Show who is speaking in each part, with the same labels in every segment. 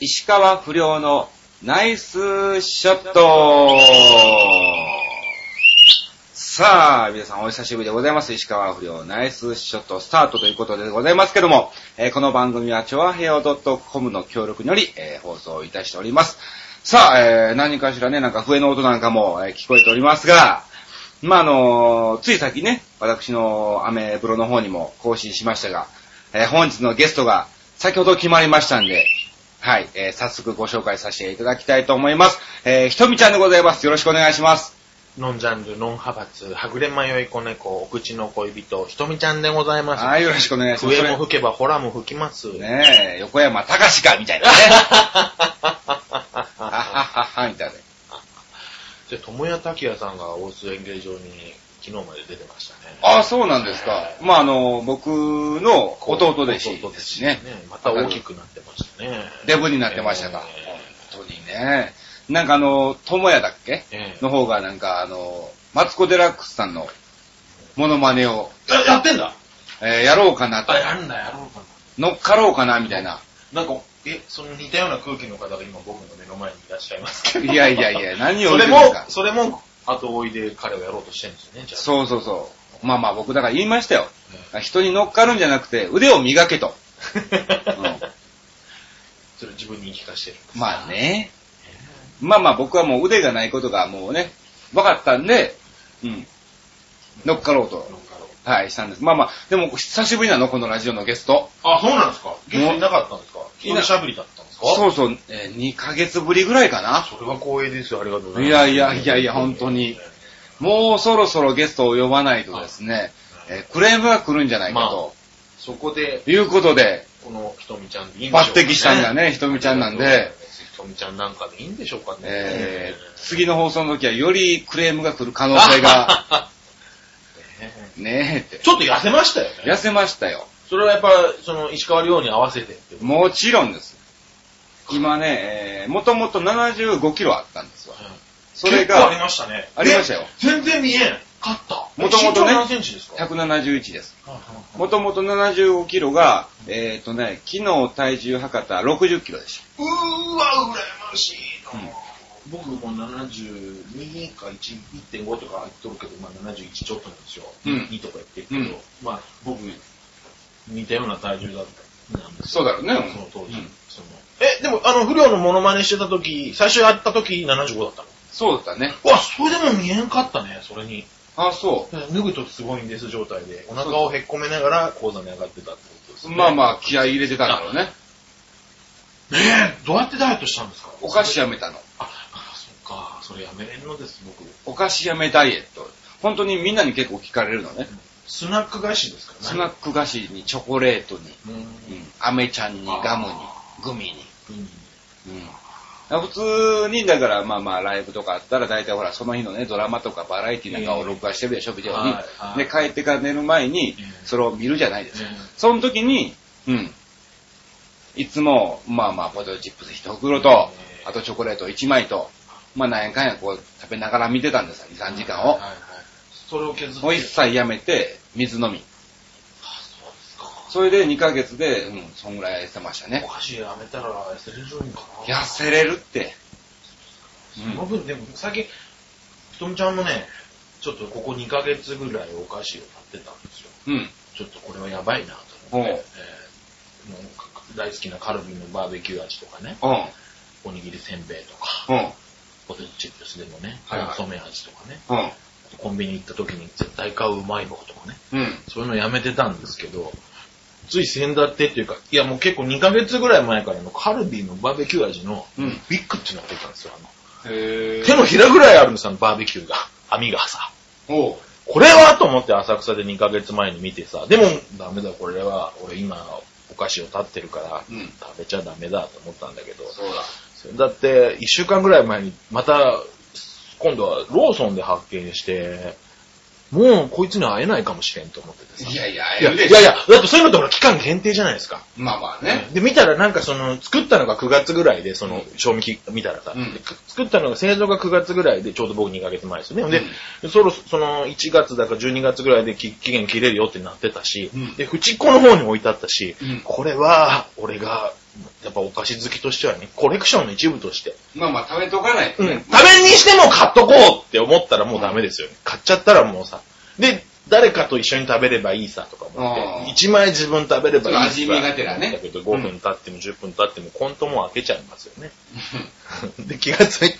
Speaker 1: 石川不良のナイスショットさあ、皆さんお久しぶりでございます。石川不良ナイスショットスタートということでございますけども、えーこの番組はチョアヘオ .com の協力により、えー放送いたしております。さあ、えー何かしらね、なんか笛の音なんかも、えー聞こえておりますが、まあ、あのつい先ね、私のアメブロの方にも更新しましたが、えー本日のゲストが先ほど決まりましたんで、はい、えー早速ご紹介させていただきたいと思います。えーひとみちゃんでございます。よろしくお願いします。
Speaker 2: ノンジャンル、ノン派閥、はぐれ迷い子猫、お口の恋人、ひとみちゃんでございます。
Speaker 1: はい、よろしくお願いします。
Speaker 2: 笛も吹けば、ホラも吹きます。
Speaker 1: ねえ、横山隆史か、みたいなね。はははは、みたいなね。
Speaker 2: で、ともやたきやさんが大須演芸場に昨日まで出てましたね。
Speaker 1: ああ、そうなんですか。まあ、あの、僕の弟弟子
Speaker 2: 弟
Speaker 1: です
Speaker 2: 子
Speaker 1: しね。
Speaker 2: また大きくなってましたね。
Speaker 1: デブになってましたが、
Speaker 2: え
Speaker 1: 本当にね。なんかあの、友也だっけ
Speaker 2: ーえー
Speaker 1: の方がなんかあの、マツコデラックスさんのモノマネを、
Speaker 2: ややってんだ
Speaker 1: えーやろうかなと
Speaker 2: あ、、やるんだ、やろうか
Speaker 1: 乗っかろうかな、みたいな。
Speaker 2: な。なんか、え、その似たような空気の方が今僕の目の前にいらっしゃいますけ
Speaker 1: い
Speaker 2: ど。
Speaker 1: やいやいや、何を言
Speaker 2: それ
Speaker 1: って
Speaker 2: も
Speaker 1: るんですか、。
Speaker 2: それも、後追いで彼をやろうとしてるんですよね、じゃあ。
Speaker 1: そうそうそう。まあまあ僕だから言いましたよ。
Speaker 2: ね
Speaker 1: 人に乗っかるんじゃなくて、腕を磨けと。
Speaker 2: それ自分に言い聞かしてる。
Speaker 1: まあね。まあまあ僕はもう腕がないことがもうね、分かったんで、うん。乗っかろうと
Speaker 2: 乗。っかろう
Speaker 1: はい、したんです。まあまあ、でも久しぶりなの、このラジオのゲスト。
Speaker 2: あ、そうなんですかゲストいなかったんですか
Speaker 1: い
Speaker 2: 一
Speaker 1: な
Speaker 2: 人しゃべりだったんですか
Speaker 1: そうそう、えー2ヶ月ぶりぐらいかな。
Speaker 2: それは光栄ですよ、ありがとうございます。
Speaker 1: いやいやいやいや本当にもうそろそろゲストを呼ばないとですね、えークレームが来るんじゃないかと。
Speaker 2: そこで、
Speaker 1: いうことで、
Speaker 2: このひとみちゃんでいいんでしょう
Speaker 1: 抜
Speaker 2: か、
Speaker 1: 擢したんだね、ひとみちゃんなんで、。
Speaker 2: ひとみちゃんなんかでいいんでしょうかね。
Speaker 1: えー次の放送の時はよりクレームが来る可能性が、
Speaker 2: ね
Speaker 1: ねえっ
Speaker 2: ちょっと痩せましたよ
Speaker 1: て。
Speaker 2: ね。
Speaker 1: 痩せましたよ。
Speaker 2: それはやっぱ、その、石川遼に合わせてってこと
Speaker 1: もちろんです。今ね、えー、もともと75キロあったんですわ。それ
Speaker 2: 結構あり
Speaker 1: が
Speaker 2: ましたね。
Speaker 1: ありましたよ
Speaker 2: ね全然見えん。勝った。
Speaker 1: もともとね
Speaker 2: 身長何センチですか
Speaker 1: 171です。も
Speaker 2: う
Speaker 1: ともと75キロが、えっ、とね、昨日体重測ったら60キロでし
Speaker 2: ーわ、羨ましいな、
Speaker 1: うん
Speaker 2: 僕も72か1 1.5とか言っとるけど、まあ、71ちょっとなんですよ。
Speaker 1: うん
Speaker 2: 2とか言ってるけ
Speaker 1: う
Speaker 2: ど、
Speaker 1: ん
Speaker 2: まあ僕、似たような体重だったんです
Speaker 1: そうだろうね
Speaker 2: その当時。
Speaker 1: うん
Speaker 2: そのえ、でもあの、不良のモノマネしてた時、最初やった時75だったの
Speaker 1: ょ。そうだったね。
Speaker 2: うわ、それでも見えんかったね、それに。
Speaker 1: あ、そ
Speaker 2: 脱ぐとすごいんです状態で、お腹をへっこめながら講座に上がってたってことです
Speaker 1: う。
Speaker 2: ね。
Speaker 1: まあまあ、気合い入れてたんだろうね。
Speaker 2: ねえ、どうやってダイエットしたんですか
Speaker 1: お菓子やめたの。
Speaker 2: あ、あそっか、それやめれんのです、僕。
Speaker 1: お菓子やめダイエット。本当にみんなに結構聞かれるのね。
Speaker 2: スナック菓子ですからね。
Speaker 1: スナック菓子にチョコレートに、
Speaker 2: う。
Speaker 1: うんん、アメちゃんにガムに
Speaker 2: あ、
Speaker 1: グミに。
Speaker 2: うん。
Speaker 1: うん、普通に、だからまあまあライブとかあったら大体ほらその日のねドラマとかバラエティなんかを録画してるでしょ、ビデオに
Speaker 2: はい。はい
Speaker 1: で、帰ってから寝る前に
Speaker 2: うん
Speaker 1: それを見るじゃないですか
Speaker 2: うん。
Speaker 1: その時に、うん。いつも、まあまあポテトチップス一袋と、
Speaker 2: うん
Speaker 1: あとチョコレート一枚と、まあ何やかんやこう食べながら見てたんですよ、2、3時間を
Speaker 2: はい。はいはい。それを削って。
Speaker 1: もう一切やめて、水飲み。
Speaker 2: あそうですか。
Speaker 1: それで2ヶ月で、うん、そんぐらい痩せました
Speaker 2: お
Speaker 1: ね。
Speaker 2: 菓子やめたら痩せれるんかな。
Speaker 1: 痩せれるって。
Speaker 2: その分、でも最近、ひとみちゃんもね、ちょっとここ2ヶ月ぐらいお菓子を買ってたんですよ。
Speaker 1: うん。うん。
Speaker 2: ちょっとこれはやばいなと思って、えーもう大好きなカルビのバーベキュー味とかね、
Speaker 1: う
Speaker 2: おにぎりせんべいとか、
Speaker 1: ん。うん。
Speaker 2: ポテトチップスでもね、
Speaker 1: はいはい
Speaker 2: コンソメ味とかね、
Speaker 1: うん。
Speaker 2: コンビニ行った時に絶対買ううまい棒とかね、
Speaker 1: うん。
Speaker 2: そういうのやめてたんですけど、つい先だってっていうか、いやもう結構2ヶ月ぐらい前からのカルビのバーベキュー味の
Speaker 1: うん
Speaker 2: ビッグっていうのが出たんですよ。あの
Speaker 1: へ
Speaker 2: 手のひらぐらいあるんですよ、あのバーベキューが。網がさ。
Speaker 1: おう。
Speaker 2: これはと思って浅草で2ヶ月前に見てさ、でもダメだこれは、俺今お菓子を立ってるから
Speaker 1: うん
Speaker 2: 食べちゃダメだと思ったんだけど、
Speaker 1: そうだ。
Speaker 2: それだって1週間ぐらい前にまた今度はローソンで発見して、もうこいつには会えないかもしれんと思っててさ。
Speaker 1: いやいや、
Speaker 2: いや、
Speaker 1: ええ
Speaker 2: い
Speaker 1: で
Speaker 2: や
Speaker 1: しょ
Speaker 2: いや、だってそういうのってほら期間限定じゃないですか。
Speaker 1: まあまあね。
Speaker 2: で、見たらなんかその、作ったのが9月ぐらいで、その、賞味期、見たらさ、
Speaker 1: うん
Speaker 2: で作ったのが製造が9月ぐらいで、ちょうど僕2ヶ月前ですよね。で
Speaker 1: うん、
Speaker 2: そろ、その、1月だか12月ぐらいで期期限切れるよってなってたし、
Speaker 1: うん
Speaker 2: で、縁っこの方に置いてあったし、
Speaker 1: うん
Speaker 2: これは、俺が、やっぱお菓子好きとしてはね、コレクションの一部として、
Speaker 1: まあまあ、食べておかないと
Speaker 2: うん、
Speaker 1: ね。
Speaker 2: 食べにしても買っとこうって思ったらもうダメですよね。買っちゃったらもうさ、で、誰かと一緒に食べればいいさとか思
Speaker 1: あ
Speaker 2: っ
Speaker 1: ー
Speaker 2: て、一枚自分食べればい
Speaker 1: ち
Speaker 2: いさ。
Speaker 1: ょっと味見がてらね
Speaker 2: だけど5分経っても10分経ってもコントも開けちゃいますよね。 で、気がつい、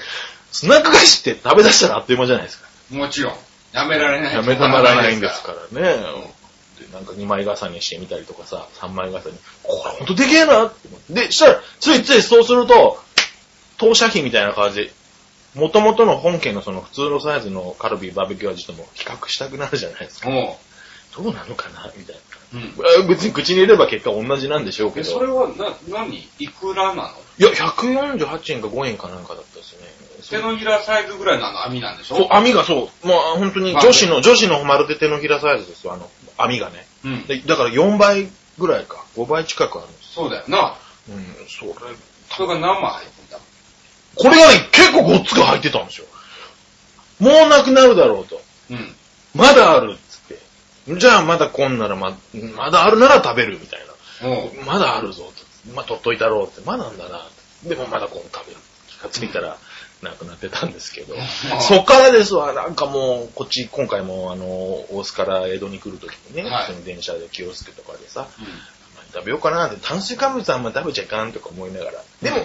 Speaker 2: スナック菓子って食べ出したらあっという間じゃないですか。
Speaker 1: もちろん。やめられない。。
Speaker 2: やめたまらないんですかららね。でなんか2枚重ねしてみたりとかさ、3枚重ね。これほんとでけえなって思って。で、そしたら、ついついそうすると、投射費みたいな感じで、元々の本家のその普通のサイズのカルビーバーベキュー味とも比較したくなるじゃないですか。
Speaker 1: おう
Speaker 2: どうなのかなみたいな。
Speaker 1: うん
Speaker 2: あ別に口に入れれば結果同じなんでしょうけ
Speaker 1: え
Speaker 2: ど。
Speaker 1: それは、な、何いくらなの
Speaker 2: いや、148円か5円かなんかだったですね。そ
Speaker 1: 手
Speaker 2: う
Speaker 1: のひらサイズぐらいの網なんでしょ
Speaker 2: そう、網がそう、まあ本当に女子の、女子のまるで手のひらサイズですよ、あの、網がね。
Speaker 1: うん。
Speaker 2: でだから4倍ぐらいか、5倍近くあるんです。
Speaker 1: そうだよな。
Speaker 2: うん、それ。
Speaker 1: それが何枚入ってんだ
Speaker 2: これがね、結構ごっつく入ってたんですよ。もうなくなるだろうと。
Speaker 1: うん。
Speaker 2: まだあるっつって。じゃあまだこんならま、まだあるなら食べるみたい
Speaker 1: おう
Speaker 2: な。まだあるぞと。まあ、取っといたろうって。まだなんだな。でもまだこう食べる。気がついたら、なくなってたんですけど。そっからですわ、なんかもう、こっち、今回も、あの、大須から江戸に来るときにね、
Speaker 1: はい
Speaker 2: 普通に電車で清介とかでさ、
Speaker 1: うん
Speaker 2: 食べようかなって、炭水化物あんま食べちゃいかんとか思いながら。でも、うん、うん、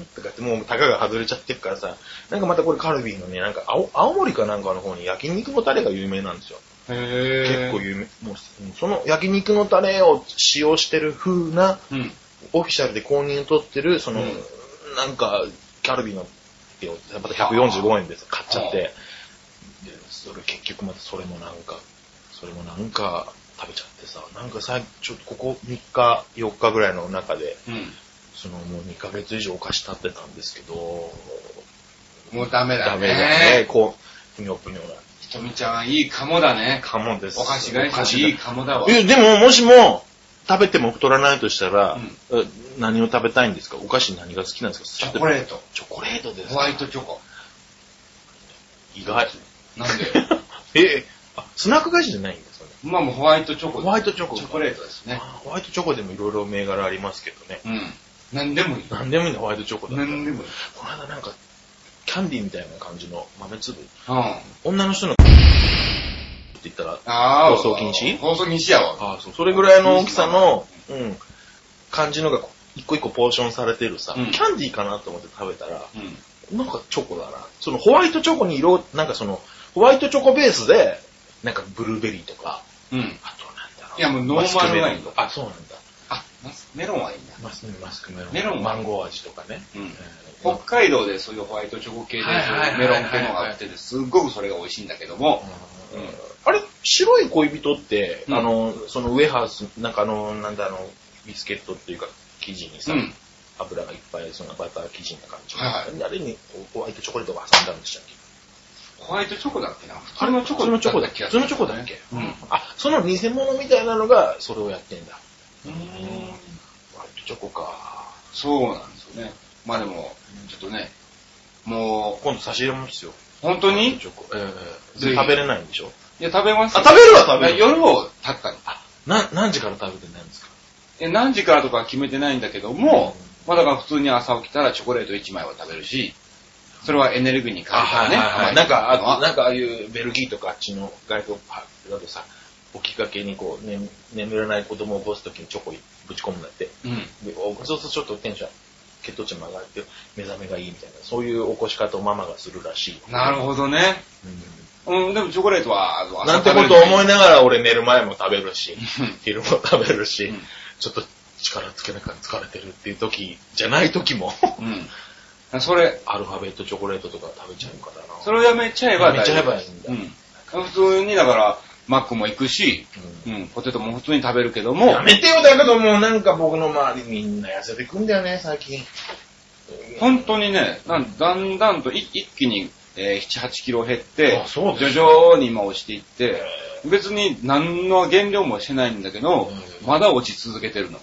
Speaker 2: うん、とかってもうたかが外れちゃってるからさ、なんかまたこれカルビーのね、なんか青青森かなんかの方に焼肉のタレが有名なんですよ。
Speaker 1: へ
Speaker 2: 結構有名。もううんその焼肉のタレを使用してる風な、
Speaker 1: 構。うん。
Speaker 2: オフィシャルで公認を取ってる、その、
Speaker 1: うん
Speaker 2: なんか、カルビーの、また145円です。買っちゃって。で、それ結局またそれもなんか、それもなんか食べちゃってさ、なんかさ、ちょっとここ3日、4日ぐらいの中で、
Speaker 1: うん。
Speaker 2: そのもう2ヶ月以上お菓子経ってたんですけど、
Speaker 1: もうダメだね。
Speaker 2: ダメだね。こう、ぷにょぷにょな。
Speaker 1: ひとみちゃん、いいかもだね。
Speaker 2: かもです。
Speaker 1: お菓子会
Speaker 2: お菓
Speaker 1: 社
Speaker 2: 子
Speaker 1: い
Speaker 2: が
Speaker 1: いかもだわ。
Speaker 2: いや、でも、もしも、食べても太らないとしたら、
Speaker 1: う
Speaker 2: え何を食べたいんですかお菓子何が好きなんですか
Speaker 1: チョコレート。
Speaker 2: チョコレートです
Speaker 1: ホ
Speaker 2: か
Speaker 1: ワイトチョコ。
Speaker 2: 意外。
Speaker 1: なんで
Speaker 2: え、あ、スナック菓子じゃないんですかね。
Speaker 1: まあもうホワイトチョコ。
Speaker 2: ホワイトチョコ。
Speaker 1: チョコレートですね。
Speaker 2: あホワイトチョコでもいろいろ銘柄ありますけどね。
Speaker 1: うん。何でもいい。
Speaker 2: 何でもいいんだ、ホワイトチョコだったら。
Speaker 1: 何でもいい。
Speaker 2: この間なんか、キャンディーみたいな感じの豆粒。
Speaker 1: うん。あ
Speaker 2: 女の人の、って言ったら、
Speaker 1: あー。
Speaker 2: 放送禁止
Speaker 1: 放送禁止やわ。
Speaker 2: ああ、そう、それぐらいの大きさの、うん、感じのが、一個一個ポーションされてるさ、
Speaker 1: うん
Speaker 2: キャンディーかなと思って食べたら、
Speaker 1: うん。
Speaker 2: なんかチョコだな。そのホワイトチョコに色、なんかその、ホワイトチョコベースで、なんかブルーベリーとか、
Speaker 1: うん。
Speaker 2: あとなんだろう。
Speaker 1: いやもうノーマルがいい
Speaker 2: マスクメロンあ、そうなんだ。
Speaker 1: あ、マスメロンはいいんだ。
Speaker 2: マスマスクメロン。
Speaker 1: メロン
Speaker 2: マンゴー味とかね。
Speaker 1: うん
Speaker 2: えー
Speaker 1: 北海道でそういうホワイトチョコ系で
Speaker 2: はいはいはいはい
Speaker 1: メロン系のがあってて、すっごくそれが美味しいんだけども、
Speaker 2: うんあれ、白い恋人って、
Speaker 1: うん
Speaker 2: あの、そのウェハース、なんかあの、なんだあの、ビスケットっていうか、生地にさ、
Speaker 1: うん
Speaker 2: 油がいっぱい、そのバター生地な感じ。
Speaker 1: はい
Speaker 2: あれにホワイトチョコレートが挟んであるんでしたっけ
Speaker 1: ホワイトチョコだっけな普通のチョコ
Speaker 2: 普通のチョコだ
Speaker 1: だ
Speaker 2: っ
Speaker 1: っ
Speaker 2: け
Speaker 1: け
Speaker 2: 普通のチョコだっけ
Speaker 1: うん。
Speaker 2: あ、その偽物みたいなのが、それをやってんだ。
Speaker 1: うーん
Speaker 2: ホワイトチョコか。
Speaker 1: そうなんですよね。まあでも、ちょっとね、も
Speaker 2: 今度差し入れますよ。
Speaker 1: う、本当に
Speaker 2: チョコ。ええ
Speaker 1: ぜひ
Speaker 2: 食べれないんでしょ
Speaker 1: いや、食べます
Speaker 2: あ、食べるは食べる。
Speaker 1: 夜を経ったの。
Speaker 2: な、何時から食べてないんですか
Speaker 1: え何時からとかは決めてないんだけども、まあだから普通に朝起きたらチョコレート1枚は食べるし、それはエネルギーに変えるからね。甘い
Speaker 2: なんか、
Speaker 1: のは
Speaker 2: あなんかああいうベルギーとかあっちの外国だとさ、起きかけにこう、ね、眠れない子供を起こすときにチョコぶち込むんだって。
Speaker 1: うん。
Speaker 2: でおそうするとちょっとテンション、血糖値も上がって目覚めがいいみたいな、そういう起こし方をママがするらしい。
Speaker 1: なるほどね。
Speaker 2: うん
Speaker 1: うん、でもチョコレートは、あの
Speaker 2: なんてことを思いながら俺寝る前も食べるし、昼も食べるし、
Speaker 1: うん
Speaker 2: ちょっと力つけなくら疲れてるっていう時じゃない時も、
Speaker 1: うん。それ、
Speaker 2: アルファベットチョコレートとか食べちゃうからな。
Speaker 1: それをやめちゃえば
Speaker 2: やめ
Speaker 1: 大
Speaker 2: ち
Speaker 1: 丈夫。
Speaker 2: ゃえばいいんだ
Speaker 1: うん。普通に、だから、マックも行くし、うん、ポテトも普通に食べるけども、
Speaker 2: やめてよ、だけどもうなんか僕の周りみんな痩せてくんだよね、最近。
Speaker 1: 本当にね、なんだんだんとい一気にえー7、8キロ減って
Speaker 2: あそう、で
Speaker 1: 徐
Speaker 2: す
Speaker 1: 々に今落ちていって、別に何の減量もしてないんだけど、
Speaker 2: うん
Speaker 1: まだ落ち続けてるの。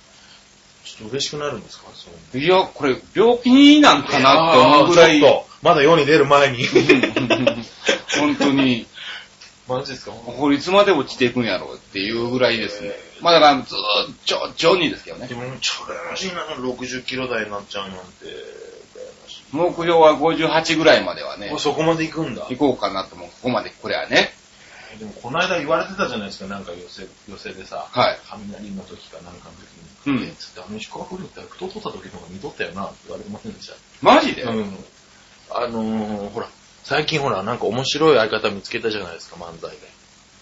Speaker 2: ちょっと嬉しくなるんですかそう。
Speaker 1: いや、これ病気なんかなって思うぐらい
Speaker 2: あーち、ょっとまだ世に出る前に。
Speaker 1: 本当に、
Speaker 2: マジですか
Speaker 1: これいつまで落ちていくんやろうっていうぐらいですね。まあだから、ずーっと、徐々にですけどね
Speaker 2: で。も、ちょ羨ましいな、60キロ台になっちゃうなんて。羨まし
Speaker 1: 目標は58ぐらいまではね
Speaker 2: いもう、そこまで行くんだ。
Speaker 1: 行こうかなとも、ここまでこれはね。
Speaker 2: でも、この間言われてたじゃないですか、なんか寄せ、寄せでさ、
Speaker 1: はい
Speaker 2: 雷の時かなんかの時
Speaker 1: う
Speaker 2: に。
Speaker 1: ん
Speaker 2: えつって、あの石川不良って太っとった時の方が似とったよな、って言われてませんでし
Speaker 1: マジで、
Speaker 2: た。うん。あのー、ほら、最近ほら、なんか面白い相方見つけたじゃないですか、漫才で。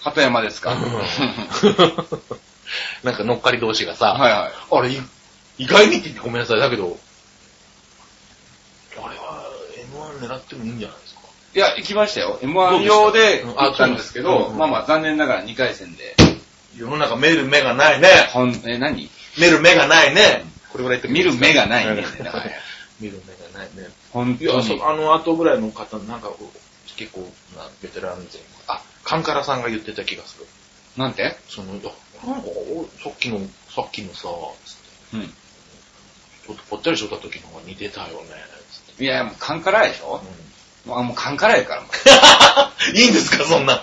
Speaker 1: 鳩山ですか
Speaker 2: なんか乗っかり同士がさ、
Speaker 1: はいはい。
Speaker 2: あれ、い意外にって言ってごめんなさい、だけど、あれは M1 狙ってもいいんじゃないですか。
Speaker 1: いや、行きましたよ。
Speaker 2: どう
Speaker 1: M1
Speaker 2: でした
Speaker 1: 用で
Speaker 2: うんあ
Speaker 1: 行ったんですけ
Speaker 2: そうなんで
Speaker 1: ど、
Speaker 2: すね
Speaker 1: まあまあ残念ながら2回戦で。
Speaker 2: 世の中見る目がないね。
Speaker 1: ほん、え、何
Speaker 2: 見る目がないね。これぐらい言ってもい
Speaker 1: 見
Speaker 2: いで
Speaker 1: る
Speaker 2: すか
Speaker 1: 目がないね。
Speaker 2: うん
Speaker 1: だから
Speaker 2: 見る目がないね。
Speaker 1: 本
Speaker 2: い
Speaker 1: 当
Speaker 2: や、そう
Speaker 1: に、。
Speaker 2: あの後ぐらいの方、なんか、結構なベテラン勢、あ、カンカラさんが言ってた気がする。
Speaker 1: なんて
Speaker 2: その、あ、なんか、おさっきの、さっきのさ、つっ
Speaker 1: う
Speaker 2: て
Speaker 1: ん。
Speaker 2: ちょっとぽったりしとった時の方が似てたよね、つって。
Speaker 1: いや、もうカンカラでしょ、もうもう カンカラやから、も
Speaker 2: うんいいんですか、そんな。
Speaker 1: う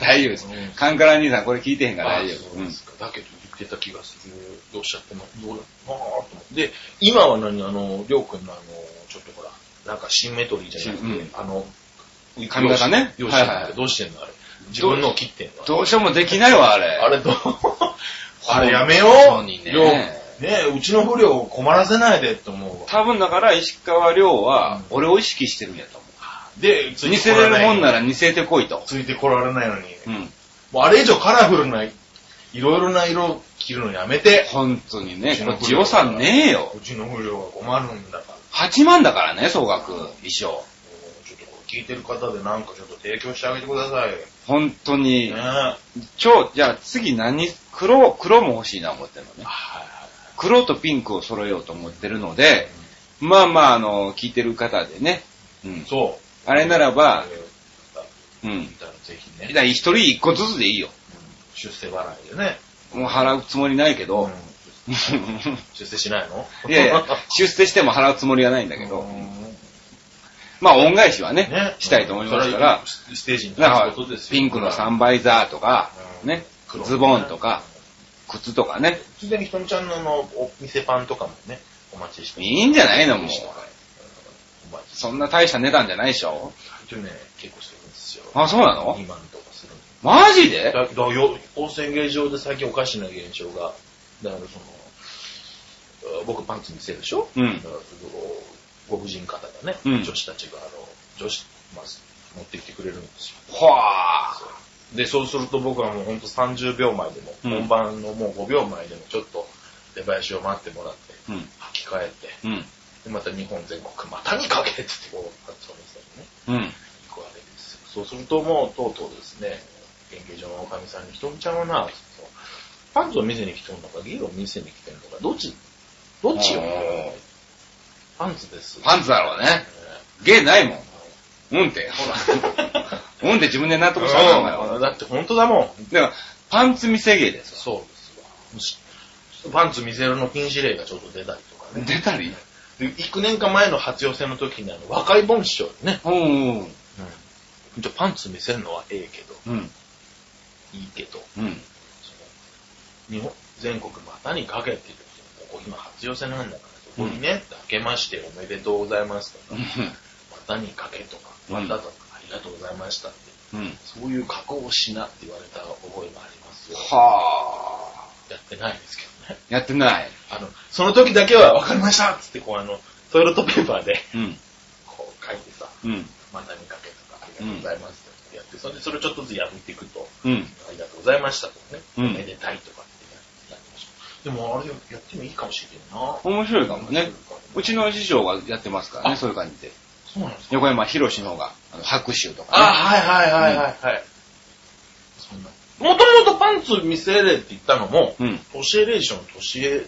Speaker 1: 大丈夫です
Speaker 2: うん。
Speaker 1: カンカラ兄さんこれ聞いてへんから大丈
Speaker 2: あ
Speaker 1: 夫。
Speaker 2: そう
Speaker 1: う
Speaker 2: で
Speaker 1: ん
Speaker 2: すか。だけど言ってた気がする。どうしちゃっても、どうだあーと思って。で、今は何、あの、りょうくんのあの、ちょっとほら、なんかシンメトリーじゃなくて、
Speaker 1: うん
Speaker 2: あの、
Speaker 1: 髪型ね
Speaker 2: 用紙用紙
Speaker 1: はいはい
Speaker 2: どうしてんのあれ。自分のを切ってんの
Speaker 1: どうしようもできないわ、あれ。
Speaker 2: あれ どうあれやめよ
Speaker 1: 本当
Speaker 2: う
Speaker 1: にね
Speaker 2: りょうねうちの不良を困らせないでって思うわ。
Speaker 1: 多分だから石川亮
Speaker 2: う
Speaker 1: は
Speaker 2: ん、
Speaker 1: 俺を意識してるんやと思
Speaker 2: で、
Speaker 1: う。似せれるもんな
Speaker 2: ら。
Speaker 1: ら似せてこいと。
Speaker 2: ついてこられないのに。
Speaker 1: うん。
Speaker 2: もうあれ以上カラフルな、いろいろな色着るのやめて。
Speaker 1: 本当にね、こ
Speaker 2: う
Speaker 1: っ
Speaker 2: ち
Speaker 1: ち予
Speaker 2: の不良
Speaker 1: 算ねえよ。
Speaker 2: うちの不良が困るんだから。
Speaker 1: 8万だからね、総額、衣装。
Speaker 2: ちょっとこれ聞いてる方でなんかちょっと提供してあげてくださいよ。
Speaker 1: 本当に
Speaker 2: ね。は
Speaker 1: 超、じゃあ次何、黒、黒も欲しいな思ってるの
Speaker 2: い
Speaker 1: ね。
Speaker 2: は
Speaker 1: 黒とピンクを揃えようと思ってるので、まあまあ、あの、聞いてる方でね。う
Speaker 2: い。
Speaker 1: ん。
Speaker 2: そう。
Speaker 1: あれならば
Speaker 2: え、
Speaker 1: うん
Speaker 2: ー。だからぜひ
Speaker 1: だ
Speaker 2: ね、
Speaker 1: から一人一個ずつでいいよ。
Speaker 2: 出世払いでね。
Speaker 1: もう払うつもりないけど、
Speaker 2: 出世しないの
Speaker 1: いや いや、出世しても払うつもりはないんだけ
Speaker 2: う
Speaker 1: ど、
Speaker 2: ん
Speaker 1: まあ恩返しはね、
Speaker 2: ね
Speaker 1: したいと思いますから、
Speaker 2: それはステージに立
Speaker 1: だから
Speaker 2: つことですよ。
Speaker 1: ピンクのサンバイザーとか、
Speaker 2: うん
Speaker 1: ね
Speaker 2: 黒、のね
Speaker 1: ズボンとか、靴とかね、
Speaker 2: すでにひとみちゃんのあのお店パンとかもね、お待ちして
Speaker 1: いいんじゃないのもう
Speaker 2: お待ちして
Speaker 1: そんな大した値段じゃないでしょ
Speaker 2: 一応ね、結構してるんですよ。
Speaker 1: あ、そうなの
Speaker 2: 2万とかするんで
Speaker 1: マジで
Speaker 2: だだからよ温泉芸場で最近おかしな現象が、だからその、あ僕パンツ見せるでしょ
Speaker 1: うん
Speaker 2: だからそのご婦人方がね、
Speaker 1: うん
Speaker 2: 女子たちが、あの、女子、まず持ってきてくれるんですよ。
Speaker 1: ほわ
Speaker 2: で、そうすると僕はもうほんと30秒前でも、
Speaker 1: うん
Speaker 2: 本番のもう5秒前でもちょっと出囃子を待ってもらって、
Speaker 1: ー。
Speaker 2: 履き替えて、
Speaker 1: うん。
Speaker 2: で、また日本全国、またにかけって言ってこう、パンツを見せてね、
Speaker 1: うん。うん。
Speaker 2: 行くわけですよ。そうするともう、とうとうですね、演芸場のおかみさんに、ひとみちゃんはな、そうパンツを見せに来てるのか、芸を見せに来てるのか、どっち、どっちよ
Speaker 1: あー。
Speaker 2: パンツです。
Speaker 1: パンツだろうね。芸ないもん。うんって。うんって自分で納得したな、お前
Speaker 2: うん
Speaker 1: は。
Speaker 2: だって本当だもん。
Speaker 1: だから、パンツ見せ芸です
Speaker 2: そうですわもし。パンツ見せるの禁止令がちょっと出たりとか
Speaker 1: わ。
Speaker 2: ね。
Speaker 1: 出たり
Speaker 2: で、幾年か前の初寄せの時にあの、若い盆師匠にね、
Speaker 1: うんうん。
Speaker 2: じゃあパンツ見せるのはええけど、
Speaker 1: うん。
Speaker 2: いいけど、
Speaker 1: うん。
Speaker 2: その日本、全国またにかけって言って、ここ今初寄せなんだから、そこにね、明けましておめでとうございますとか、またにかけとか、
Speaker 1: うん
Speaker 2: またとか、ありがとうございましたって、
Speaker 1: うん。
Speaker 2: そういう加工をしなって言われた覚えがありますよ。
Speaker 1: は
Speaker 2: やってないですけどね。
Speaker 1: ぁ。やってない。
Speaker 2: あの、その時だけは分かりましたっつって、こうあの、トイレットペーパーで、
Speaker 1: うん。
Speaker 2: こう書いてさ、
Speaker 1: うん。
Speaker 2: また見かけとか、ありがとうございますってやって、それでそれをちょっとずつ破っていくと、
Speaker 1: うん。
Speaker 2: ありがとうございましたとかね、
Speaker 1: うん
Speaker 2: おめでたいとかってやってました。でもあれやってもいいかもしれんな。
Speaker 1: 面白いかもね。うちの師匠がやってますからね、
Speaker 2: あ
Speaker 1: そういう感じで。
Speaker 2: そうなんですか。
Speaker 1: 横山博士の方が、あの、拍手と
Speaker 2: あ、
Speaker 1: かね。
Speaker 2: はいはいはいはいはい。そんな。もともとパンツ見せれって言ったのも、
Speaker 1: うん。
Speaker 2: トシエレーションのトシエ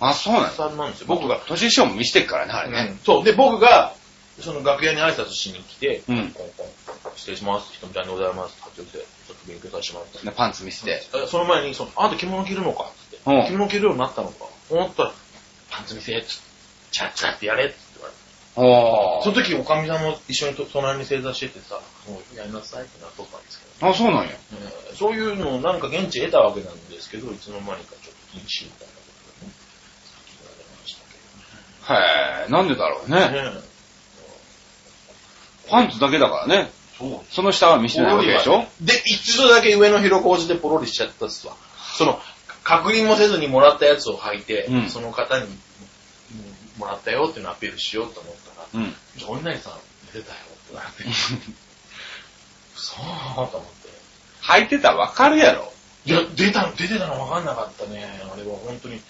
Speaker 1: あ、そうなの
Speaker 2: さんなんですよ。僕
Speaker 1: 僕
Speaker 2: が
Speaker 1: が、年師匠も見せてるからね、あれ
Speaker 2: う
Speaker 1: ね
Speaker 2: ん。そう。で、僕が、その楽屋に挨拶しに来て、
Speaker 1: うん
Speaker 2: コンコン失礼します、ひとみちゃんでございます、って言って、ちょっと勉強させてもらっ
Speaker 1: で
Speaker 2: た。
Speaker 1: パンツ見せて。
Speaker 2: えその前に、その、あんた着物着るのかって言
Speaker 1: う
Speaker 2: っ
Speaker 1: ん
Speaker 2: て、着物着るようになったのか。思ったら、パンツ見せ、つってちゃっちゃってやれって言われて。
Speaker 1: あ
Speaker 2: その時、おかみさんも一緒にと隣に正座しててさ、もうやりなさいってなっとったんですけど、
Speaker 1: あ。あ、そうなんや。
Speaker 2: えーそういうのをなんか現地得たわけなんですけど、いつの間にかちょっと禁止みたいなことがね、さっき言われま
Speaker 1: へ
Speaker 2: したけど。
Speaker 1: え、なんでだろうね。
Speaker 2: ね
Speaker 1: パンツだけだからね。
Speaker 2: そう。
Speaker 1: その下は見せてないわけでし ょ
Speaker 2: で、一度だけ上の広小路でポロリしちゃったっすわ。その、確認もせずにもらったやつを履いて、
Speaker 1: うん
Speaker 2: その方に、うんもらったよっていうのをアピールしようと思ったら、
Speaker 1: うん。
Speaker 2: じゃあ、お稲荷さん、出たよってなって、そうと思って。
Speaker 1: 履いてたらわかるやろ。
Speaker 2: いや、出た、出てたの分かんなかったね。あれは本当に、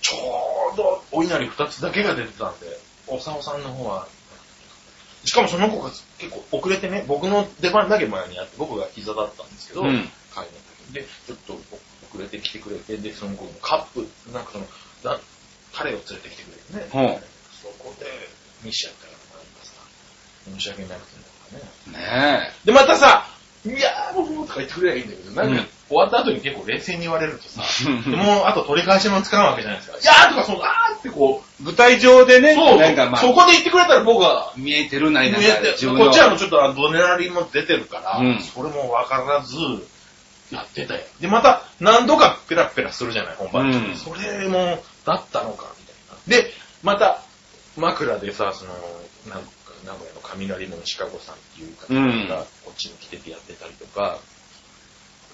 Speaker 2: ちょうどお稲荷二つだけが出てたんで、おさおさんの方は、しかもその子が結構遅れてね、僕の出番だけ前にあって、僕が膝だったんですけど、
Speaker 1: うん
Speaker 2: 会の時にで、ちょっと遅れてきてくれて、で、その子もカップ、なんかその、だタレを連れてきてくれてね、そこで見しちゃったからなんかさ、申し訳なくてなんかね。
Speaker 1: ね
Speaker 2: で、またさ、いやー、僕もとか言ってくれりゃいいんだけど、なんか、
Speaker 1: うん
Speaker 2: 終わった後に結構冷静に言われるとさ、
Speaker 1: うん
Speaker 2: でもう、あと取り返しもつかないわけじゃないですか。いやーとか、その、あーってこう、
Speaker 1: え。 舞台上でね、
Speaker 2: そう、
Speaker 1: なんかま
Speaker 2: そ
Speaker 1: あ、
Speaker 2: こで言ってくれたら僕は、
Speaker 1: 見えてるな
Speaker 2: 見
Speaker 1: い
Speaker 2: え
Speaker 1: な
Speaker 2: て
Speaker 1: いな、自分
Speaker 2: こ
Speaker 1: の
Speaker 2: っち。はもうちょっとアドレナリンも出てるから、
Speaker 1: うん
Speaker 2: それもわからず、やってたよ。で、また、何度かペラペラするじゃない、本番中、
Speaker 1: うん
Speaker 2: それも、だったのか、みたいな。で、また、枕でさ、その、なんか、名古屋の雷門シカゴさんっていう方
Speaker 1: うん
Speaker 2: が、こっちに来ててやってたりとか、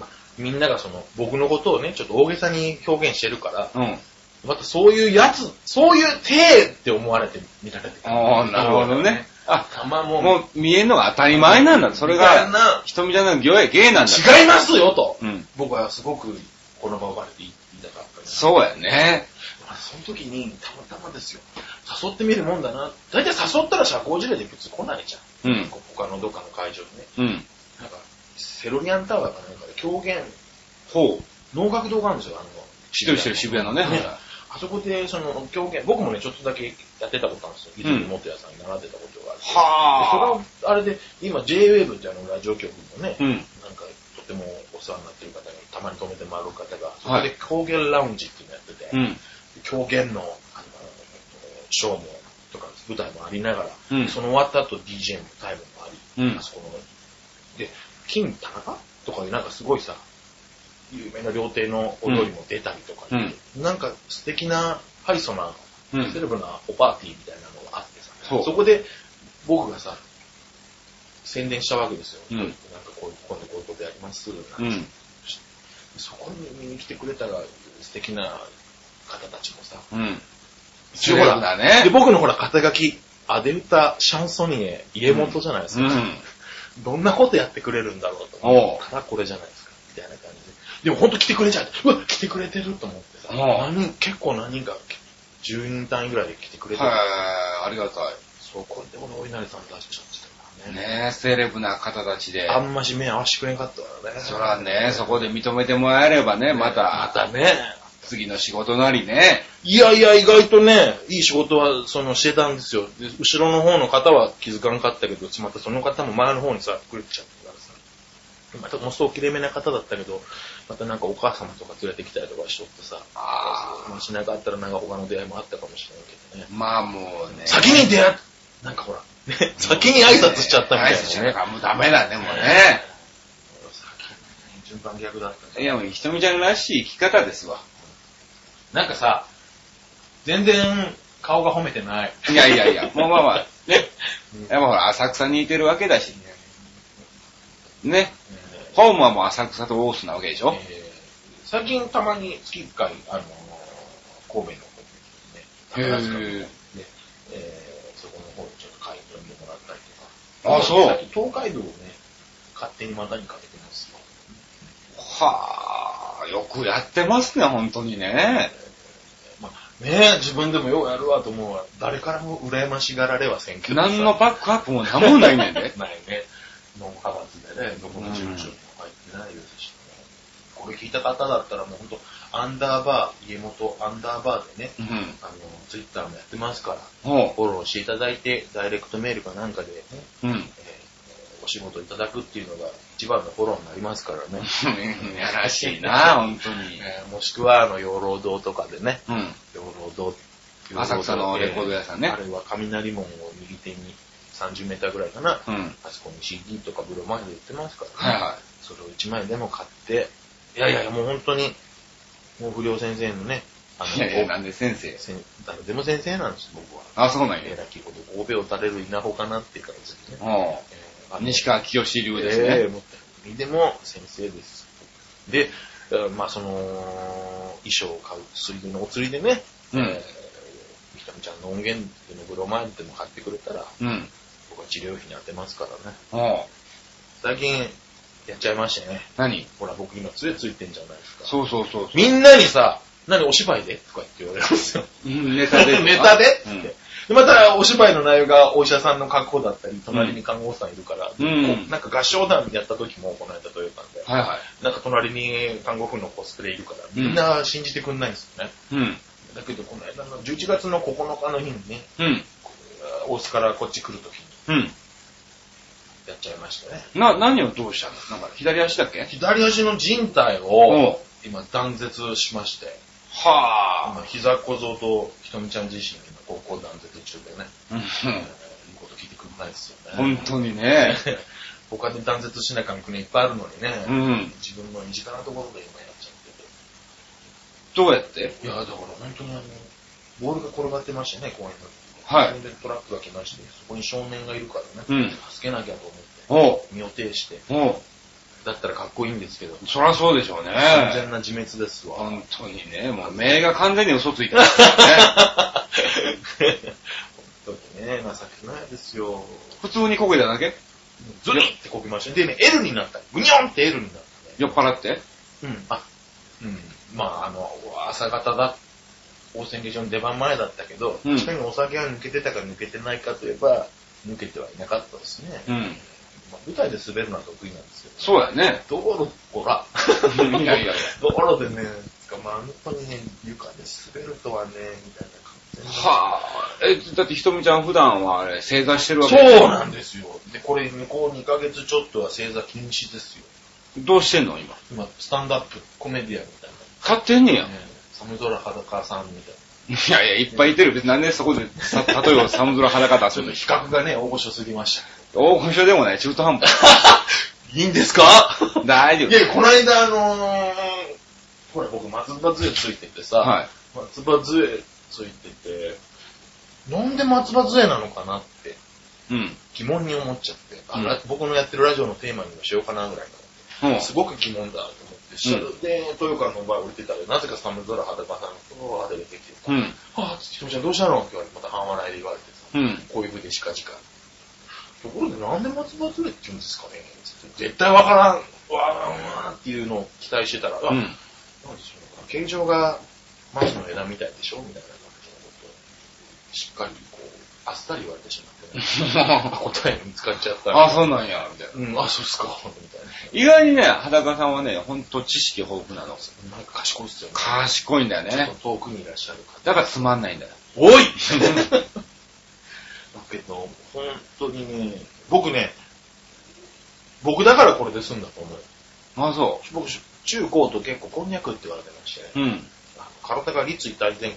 Speaker 2: まあみんながその、僕のことをね、ちょっと大げさに表現してるから、
Speaker 1: うん。
Speaker 2: またそういうやつ、そういう体って思われて、見られて
Speaker 1: ああ、なるほどね。。あ、
Speaker 2: 頭も、
Speaker 1: もう見えるのが当たり前なんだ。それ
Speaker 2: みたい
Speaker 1: が、
Speaker 2: な
Speaker 1: 瞳ちゃんの行や芸なんだ。
Speaker 2: 違いますよと、
Speaker 1: うん
Speaker 2: 僕はすごくこの場をバレて言いたかったです。
Speaker 1: そうやね。
Speaker 2: その時に、たまたまですよ。誘ってみるもんだな。大体誘ったら社交辞令で別に来ないじゃん。
Speaker 1: うん
Speaker 2: 他のどっかの会場でね。
Speaker 1: うん。
Speaker 2: なんか、セロリアンタワーかなんかで狂言、
Speaker 1: ほう。
Speaker 2: 能楽堂があるんですよ、あの。
Speaker 1: 知ってる知ってる渋谷のねはい
Speaker 2: あそこで、その、狂言、僕もね、ちょっとだけやってたことあるんですよ。
Speaker 1: ん
Speaker 2: 伊豆元屋さんに習ってたことがある。
Speaker 1: は
Speaker 2: でそれは、あれで、今 JWAVE ってあのラジオ局のね、
Speaker 1: うん
Speaker 2: なんか、とてもお世話になってる方が、たまに止めて回る方が、そ
Speaker 1: は
Speaker 2: こ
Speaker 1: い
Speaker 2: で狂言ラウンジっていうのやってて、
Speaker 1: うん。
Speaker 2: 狂言の、あの、ショーも、とか、舞台もありながら、
Speaker 1: うん
Speaker 2: その終わった後 DJ もタイムもあり、
Speaker 1: うん
Speaker 2: あそこの、で、金田中とかでなんかすごいさ、有名な料亭のお料理も出たりとか、
Speaker 1: うん
Speaker 2: なんか素敵な、ハイソな、
Speaker 1: うん
Speaker 2: セレブなおパーティーみたいなのがあってさ、
Speaker 1: そう
Speaker 2: こで僕がさ、宣伝したわけですよ。
Speaker 1: うん
Speaker 2: なんかこういう、こういうこういうことやります。なんて
Speaker 1: うん。
Speaker 2: そこに見に来てくれたら素敵な方たちもさ、
Speaker 1: うん。
Speaker 2: 一応ほら
Speaker 1: セレブだね
Speaker 2: で、僕のほら、肩書き、アデルタ・シャンソニエ、家元じゃないです
Speaker 1: う
Speaker 2: か。
Speaker 1: ん。
Speaker 2: どんなことやってくれるんだろうと思ったら、これじゃないですか。みたいな感じで。でもほんと来てくれちゃう。うわ、来てくれてると思ってさ。
Speaker 1: うん
Speaker 2: 何人結構何人か、10人単位ぐらいで来てくれてる。
Speaker 1: はい、ありがた
Speaker 2: そこで俺、お稲荷さん出しちゃってたから
Speaker 1: い。
Speaker 2: ね。
Speaker 1: ねえ、セレブな方たちで。
Speaker 2: あんまし目合わせてくれんかったからね。
Speaker 1: そらね、そこで認めてもらえればね、ま
Speaker 2: ま
Speaker 1: た、
Speaker 2: たね。
Speaker 1: 次の仕事なりね。
Speaker 2: いやいや、意外とね、いい仕事は、その、してたんですよ。で後ろの方の方は気づかんかったけど、またその方も前の方にさ、くれちゃったからさ。またもうそう切れ目な方だったけど、またなんかお母様とか連れてきたりとかしとってさ、
Speaker 1: あー
Speaker 2: まあしなかったらなんか他の出会いもあったかもしれないけどね。
Speaker 1: まあもうね。
Speaker 2: 先に出会っ、なんかほら、ね、先に挨拶しちゃったみたい
Speaker 1: 挨拶しちゃ
Speaker 2: な
Speaker 1: ったか
Speaker 2: ね。
Speaker 1: らもうダメだね、もうね。
Speaker 2: 先に順番逆だった
Speaker 1: いや、もう、ひとみちゃんらしい生き方ですわ。
Speaker 2: なんかさ、全然顔が褒めてない。
Speaker 1: いやいやいや、もうまあまあ、ね。やっぱほら、浅草にいてるわけだし。ね。ホームはもう浅草と大須なわけでしょ。
Speaker 2: えー最近たまに月1回、あのー神戸の方にね、宝塚の方にね
Speaker 1: へ、
Speaker 2: えーそこの方にちょっと会員読んでもらったりとか。
Speaker 1: あそう
Speaker 2: 最近東海道をね、勝手に股にかけてますよ。
Speaker 1: はあ、よくやってますね、本当にね。
Speaker 2: まあ、ねえ自分でもようやるわと思うわ。誰からも羨ましがられはせんけどさ。。
Speaker 1: 何のバックアップも何もないねん で
Speaker 2: ないね。ノン派閥でね、どこの事務所にも入ってないですし、ねこれ聞いた方だったらもうほんと、アンダーバー、家元アンダーバーでね、
Speaker 1: うん。
Speaker 2: あの、ツイッターもやってますから、
Speaker 1: ほ
Speaker 2: フォローしていただいて、ダイレクトメールかなんかでね、
Speaker 1: う。うん。
Speaker 2: えーお仕事いただくっていうのが一番のフォローになりますからね。
Speaker 1: やらしいな、本当に。
Speaker 2: えーもしくは、あの、養老堂とかでね、
Speaker 1: うん。
Speaker 2: 養老堂っていう
Speaker 1: 浅草のレコード屋さんね
Speaker 2: あれは雷門を右手に30メーターぐらいかな。
Speaker 1: うん。
Speaker 2: あそこに CD とかブロマイド売ってますから
Speaker 1: はい
Speaker 2: ね。
Speaker 1: は
Speaker 2: それを1枚でも買って、いやいや、もう本当に、もう不良先生のね、あ
Speaker 1: い。いやいや、
Speaker 2: の、
Speaker 1: なんで先生。
Speaker 2: せん誰でも先生なんです、僕は。
Speaker 1: あ、そうなん
Speaker 2: え
Speaker 1: や。
Speaker 2: らきほど、神戸を垂れる稲穂かなっていう感じですね。
Speaker 1: ほ
Speaker 2: えーあ
Speaker 1: う。
Speaker 2: の
Speaker 1: 西川清流です
Speaker 2: ええ
Speaker 1: ね。
Speaker 2: もうにでも先生です。で、えーまあその、衣装を買う、ついでのお釣りでね、
Speaker 1: うん
Speaker 2: えーひとみちゃんの音源でもブロマイドでも買ってくれたら、
Speaker 1: うん。
Speaker 2: 僕は治療費に当てますからね。
Speaker 1: ほ
Speaker 2: 最近、やっちゃいましたね。
Speaker 1: う。何
Speaker 2: ほら、僕今杖ついてんじゃないですか。
Speaker 1: そうそうそうそう。
Speaker 2: みんなにさ、何お芝居でとか言って言われるんですよ。
Speaker 1: うん ネタで。
Speaker 2: ネタでって、
Speaker 1: うん
Speaker 2: でまた、お芝居の内容がお医者さんの格好だったり、隣に看護師さんいるから、
Speaker 1: うん
Speaker 2: こうなんか合唱団やった時も行われたというかで、
Speaker 1: はいは
Speaker 2: なんか隣に看護婦のコスプレいるから、
Speaker 1: うん
Speaker 2: みんな信じてくんないんですよね。
Speaker 1: い。うん。
Speaker 2: だけど、この間の11月の9日の日にね、
Speaker 1: うん。
Speaker 2: こう大須からこっち来る時に
Speaker 1: うん。
Speaker 2: やっちゃいましたね。
Speaker 1: な、何をどうしたのなんか左足だっけ
Speaker 2: 左足の靭帯
Speaker 1: うん
Speaker 2: を、今断絶しまして、
Speaker 1: は
Speaker 2: 今、膝小僧とひとみちゃん自身、今、高校断絶中でね、
Speaker 1: ぁ。うん
Speaker 2: えー言うこと聞いてくんないですよね。
Speaker 1: 本当にね。
Speaker 2: 他で断絶しな感覚ねいっぱいあるのにね、
Speaker 1: うん。
Speaker 2: 自分の身近なところで今やっちゃっ
Speaker 1: どうやって
Speaker 2: てて。いや、だから本当にあの、ボールが転がってましたね、公園の。
Speaker 1: はい
Speaker 2: それでトラックが来まして、そこに少年がいるからね、
Speaker 1: うん
Speaker 2: 助けなきゃと思って、
Speaker 1: おう。
Speaker 2: 身を挺して、
Speaker 1: おう。
Speaker 2: だったらかっこいいんですけど、
Speaker 1: そりゃそうでしょうね。
Speaker 2: 完全な自滅ですわ。
Speaker 1: 本当にね、もう、名が完全に嘘ついてます からね。
Speaker 2: 本当にね、情けないですよ。
Speaker 1: 普通にこけただけ
Speaker 2: ズリンってこきましたね。でね、L になった。グニョンって L になったね。
Speaker 1: 酔っ払って
Speaker 2: うん。あ、うん。まあ、あの、朝方だ、大戦劇場の出番前だったけど、
Speaker 1: うん
Speaker 2: 確かにお酒は抜けてたか抜けてないかといえば、抜けてはいなかったですね。
Speaker 1: うん。
Speaker 2: まあ、舞台で滑るのは得意なんですけど、
Speaker 1: そうや ね。
Speaker 2: 道路、ほ ら
Speaker 1: いやいやいや
Speaker 2: 道路でね、つかまあ、本当にね、床で滑るとはね、みたいな感じで。
Speaker 1: はぁ。え、だってひとみちゃん普段はあれ、正座してるわけ
Speaker 2: そうなんですよ。で、これ、向こう2ヶ月ちょっとは正座禁止ですよ。
Speaker 1: どうしてんの今。
Speaker 2: 今、スタンダップ、コメディアンみたいな。
Speaker 1: 立ってんねや。
Speaker 2: ね寒空裸さんみたいな。
Speaker 1: いやいや、いっぱいいてる。別になんでそこで、さ例えば寒空裸出
Speaker 2: ち
Speaker 1: す
Speaker 2: ょっ
Speaker 1: の
Speaker 2: と比較がね、大御所すぎまし た。
Speaker 1: 大御所でもない、中途半端。
Speaker 2: いいんですか
Speaker 1: 大丈
Speaker 2: いやい
Speaker 1: 夫。
Speaker 2: や、この間あのー、ほら僕松葉杖ついててさ、
Speaker 1: はい。
Speaker 2: 松葉杖ついてて、なんで松葉杖なのかなって
Speaker 1: うん。
Speaker 2: 疑問に思っちゃって、あ
Speaker 1: うん
Speaker 2: ら僕のやってるラジオのテーマにもしようかなぐらい
Speaker 1: うん
Speaker 2: の、すごく疑問だと思って、下で、豊川の場合降りてたら、なぜか寒空裸さんとわーって出てきてさ、
Speaker 1: うん。
Speaker 2: あ、ひとみちゃんどうしたのって言われて、また半笑いで言われてさ、
Speaker 1: うん。
Speaker 2: こういう風でしかじか。ところでなんで松葉杖って言うんですかねつって絶対わからん、わーわーわーっていうのを期待してたら、あ
Speaker 1: う
Speaker 2: なんで
Speaker 1: ん。
Speaker 2: しょう形状が松の枝みたいでしょみたいな感じのことを、しっかりこう、あっさり言われてしまってね、あ 答えが見つかっちゃった
Speaker 1: あ、
Speaker 2: ら、
Speaker 1: そうなんや、みたいな。
Speaker 2: うん、あ、そうっすか、みたい
Speaker 1: 意外にね、裸さんはね、ほんと知識豊富なの。
Speaker 2: な。なんか賢いっすよね。
Speaker 1: 賢いんだよ
Speaker 2: ちょ
Speaker 1: ね
Speaker 2: っ。と遠くにいらっしゃる方。
Speaker 1: だからつまんないんだよ。
Speaker 2: お いだけど、本当にね、僕ね、僕だからこれで済んだと思う。
Speaker 1: あ、そ
Speaker 2: 僕、中高と結構こんにゃくって言われてまして、
Speaker 1: う。うん。
Speaker 2: あの体が立位体前後で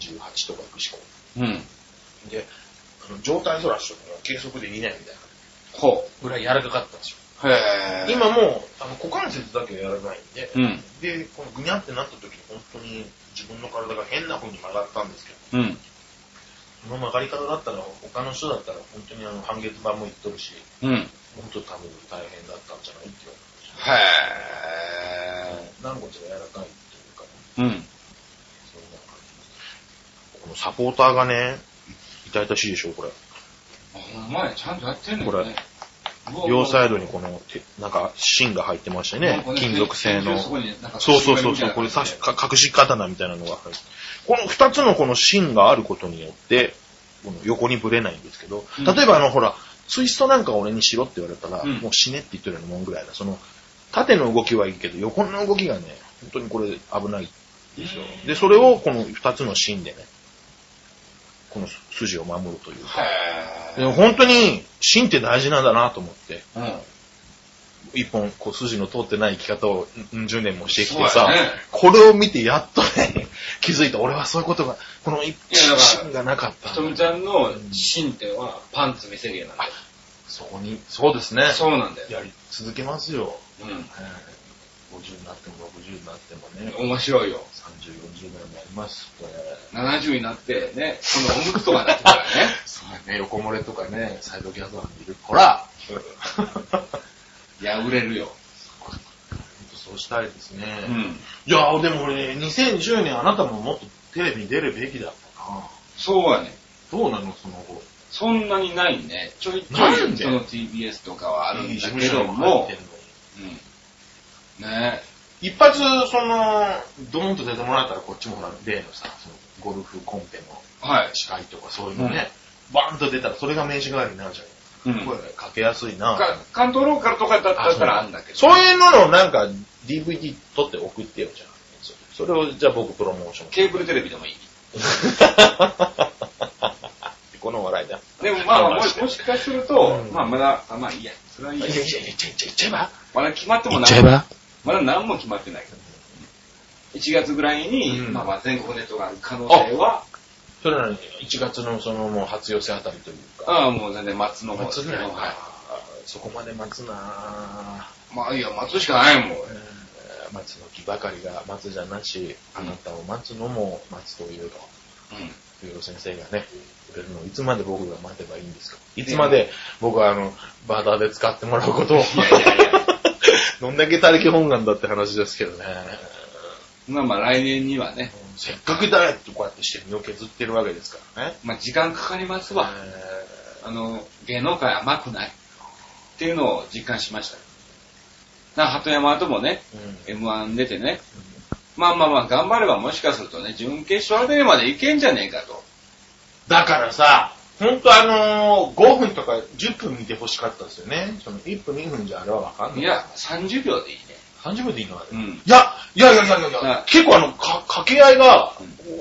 Speaker 2: 38とかぐしこ。
Speaker 1: うん。
Speaker 2: で、あの上体反らしとかも計測で2年みたいな
Speaker 1: ほ
Speaker 2: ぐらい柔らかかったんですよ。
Speaker 1: う。へぇー。
Speaker 2: 今もう、あの股関節だけはやらないんで、
Speaker 1: うん。
Speaker 2: で、このぐにゃってなった時に本当に自分の体が変な風に曲がったんですけど、
Speaker 1: うん。
Speaker 2: この曲がり方だったら、他の人だったら本当にあの半月板もいっとるし、
Speaker 1: うん。へ
Speaker 2: 本当多分大変だったんじゃないって言われてました。軟骨が柔らかいっていうか、
Speaker 1: ぇー。うん。
Speaker 2: そんな感じこのサポーターがね、痛々しいでしょ、これ。
Speaker 1: あ、ほんまや、ちゃんとやってんのよね。こ
Speaker 2: 両サイ
Speaker 1: ド
Speaker 2: ドにこの手、なんか芯が入ってましてね、金属製の。
Speaker 1: そこになんか
Speaker 2: そうそうそうそう、これ刺しか隠し刀みたいなのが入って。この二つのこの芯があることによって、この横にぶれないんですけど
Speaker 1: うん、
Speaker 2: 例えばあの、ほら、ツイストなんか俺にしろって言われたら、
Speaker 1: うん
Speaker 2: もう死ねって言ってるようなもんぐらいだ。その、縦の動きはいいけど、横の動きがね、本当にこれ危ないですよ。で、それをこの二つの芯でね、この筋を守るというか。
Speaker 3: へ
Speaker 2: でも本当に芯って大事なんだなと思って、
Speaker 3: ぇー。
Speaker 2: 一本こう筋の通ってない生き方をうん10年もしてきて
Speaker 3: そう
Speaker 2: さ、
Speaker 3: だね
Speaker 2: これを見てやっとね、 気づいた。俺はそういうことが、この一
Speaker 1: やだから
Speaker 2: 芯がなかった
Speaker 1: ひとみちゃんの芯っていうのはパンツ見せ芸なんだよ。
Speaker 2: そこに、そうですね。
Speaker 1: そうなんだよ。
Speaker 2: やり続けますよ。
Speaker 1: う
Speaker 2: 50になっても60になってもね、
Speaker 1: ん。面白いよ。
Speaker 2: 30、40ぐらいになりますとね。
Speaker 1: 70になってね、そのおむくとかになってたら ね。
Speaker 2: そうだね、横漏れとかね、サイドギャザーにいる。ほら、
Speaker 1: いや、売れるよ。
Speaker 2: そうしたいですね。
Speaker 1: うん。
Speaker 2: いやーでも俺、2010年あなたももっとテレビに出るべきだったな。
Speaker 1: そうはね。
Speaker 2: どうなの、その後。
Speaker 1: そんなにないね。ちょいちょ
Speaker 2: ない
Speaker 1: い
Speaker 2: んだ
Speaker 1: そ
Speaker 2: よ
Speaker 1: の TBS とかはあるんだ
Speaker 2: いい
Speaker 1: けど
Speaker 2: に入っ
Speaker 1: も
Speaker 2: てん、のに
Speaker 1: うんね
Speaker 2: 一発、その、ドーンと出てもらったら、こっちもほら、例のさ、そのゴルフコンペの
Speaker 1: はい。
Speaker 2: 司会とかそういうのね、バーンと出たら、それが名刺代わりになるじゃん。
Speaker 1: うん
Speaker 2: 声かけやすいな。
Speaker 1: か関東ローカルとかだったらあるんだけど。
Speaker 2: そういうののなんか DVD 撮って送ってよ、じゃあ。それをじゃあ僕プロモーション。
Speaker 1: ケーブルテレビでもいい。
Speaker 2: この笑いだ。
Speaker 1: でもまあ、
Speaker 2: まあ
Speaker 1: もしもしかすると
Speaker 2: う、ん
Speaker 1: まあまだ、あまあいいや。それはいいや。
Speaker 2: ちゃいちゃいちゃえば
Speaker 1: まだ決まってもなまだ何も決まってないから。1月ぐらいに、
Speaker 2: うん
Speaker 1: まあまあ全国ネットがある可能性は、
Speaker 2: それなのに、1月のそのもう初寄せあたりというか、
Speaker 1: ああ、もう全然松の方
Speaker 2: 松ぐらいか
Speaker 1: はい。
Speaker 2: そこまで待つなぁ。
Speaker 1: まあいいや、松しかないもん。
Speaker 2: えー待つの木ばかりが待つじゃなし、あなたを待つのも待つというの。ゆうろ先生がね、くれるのをいつまで僕が待てばいいんですかいつまで僕はあの、バーターで使ってもらうことを。
Speaker 1: やいやいや
Speaker 2: どんだけ他力本願だって話ですけどね。
Speaker 1: うん。まあまあ来年にはね、
Speaker 2: せっかくダイエットこうやってして身を削ってるわけですからね。
Speaker 1: まあ時間かかりますわ。あの、芸能界甘くないっていうのを実感しました。な、鳩山ともね、
Speaker 2: えーうん
Speaker 1: M1 出てね、まあまあまあ頑張ればもしかするとね、準決勝あたりまでいけんじゃねえかと。
Speaker 2: だからさ、ほんとあのー、5分とか10分見てほしかったですよね。その1分2分じゃあれはわかんない。
Speaker 1: いや、、30秒でいいね。
Speaker 2: 30分でいいのあれ
Speaker 1: うん。
Speaker 2: いや、いやいやいやいやい
Speaker 1: は
Speaker 2: や、結構あの、か、掛け合いが、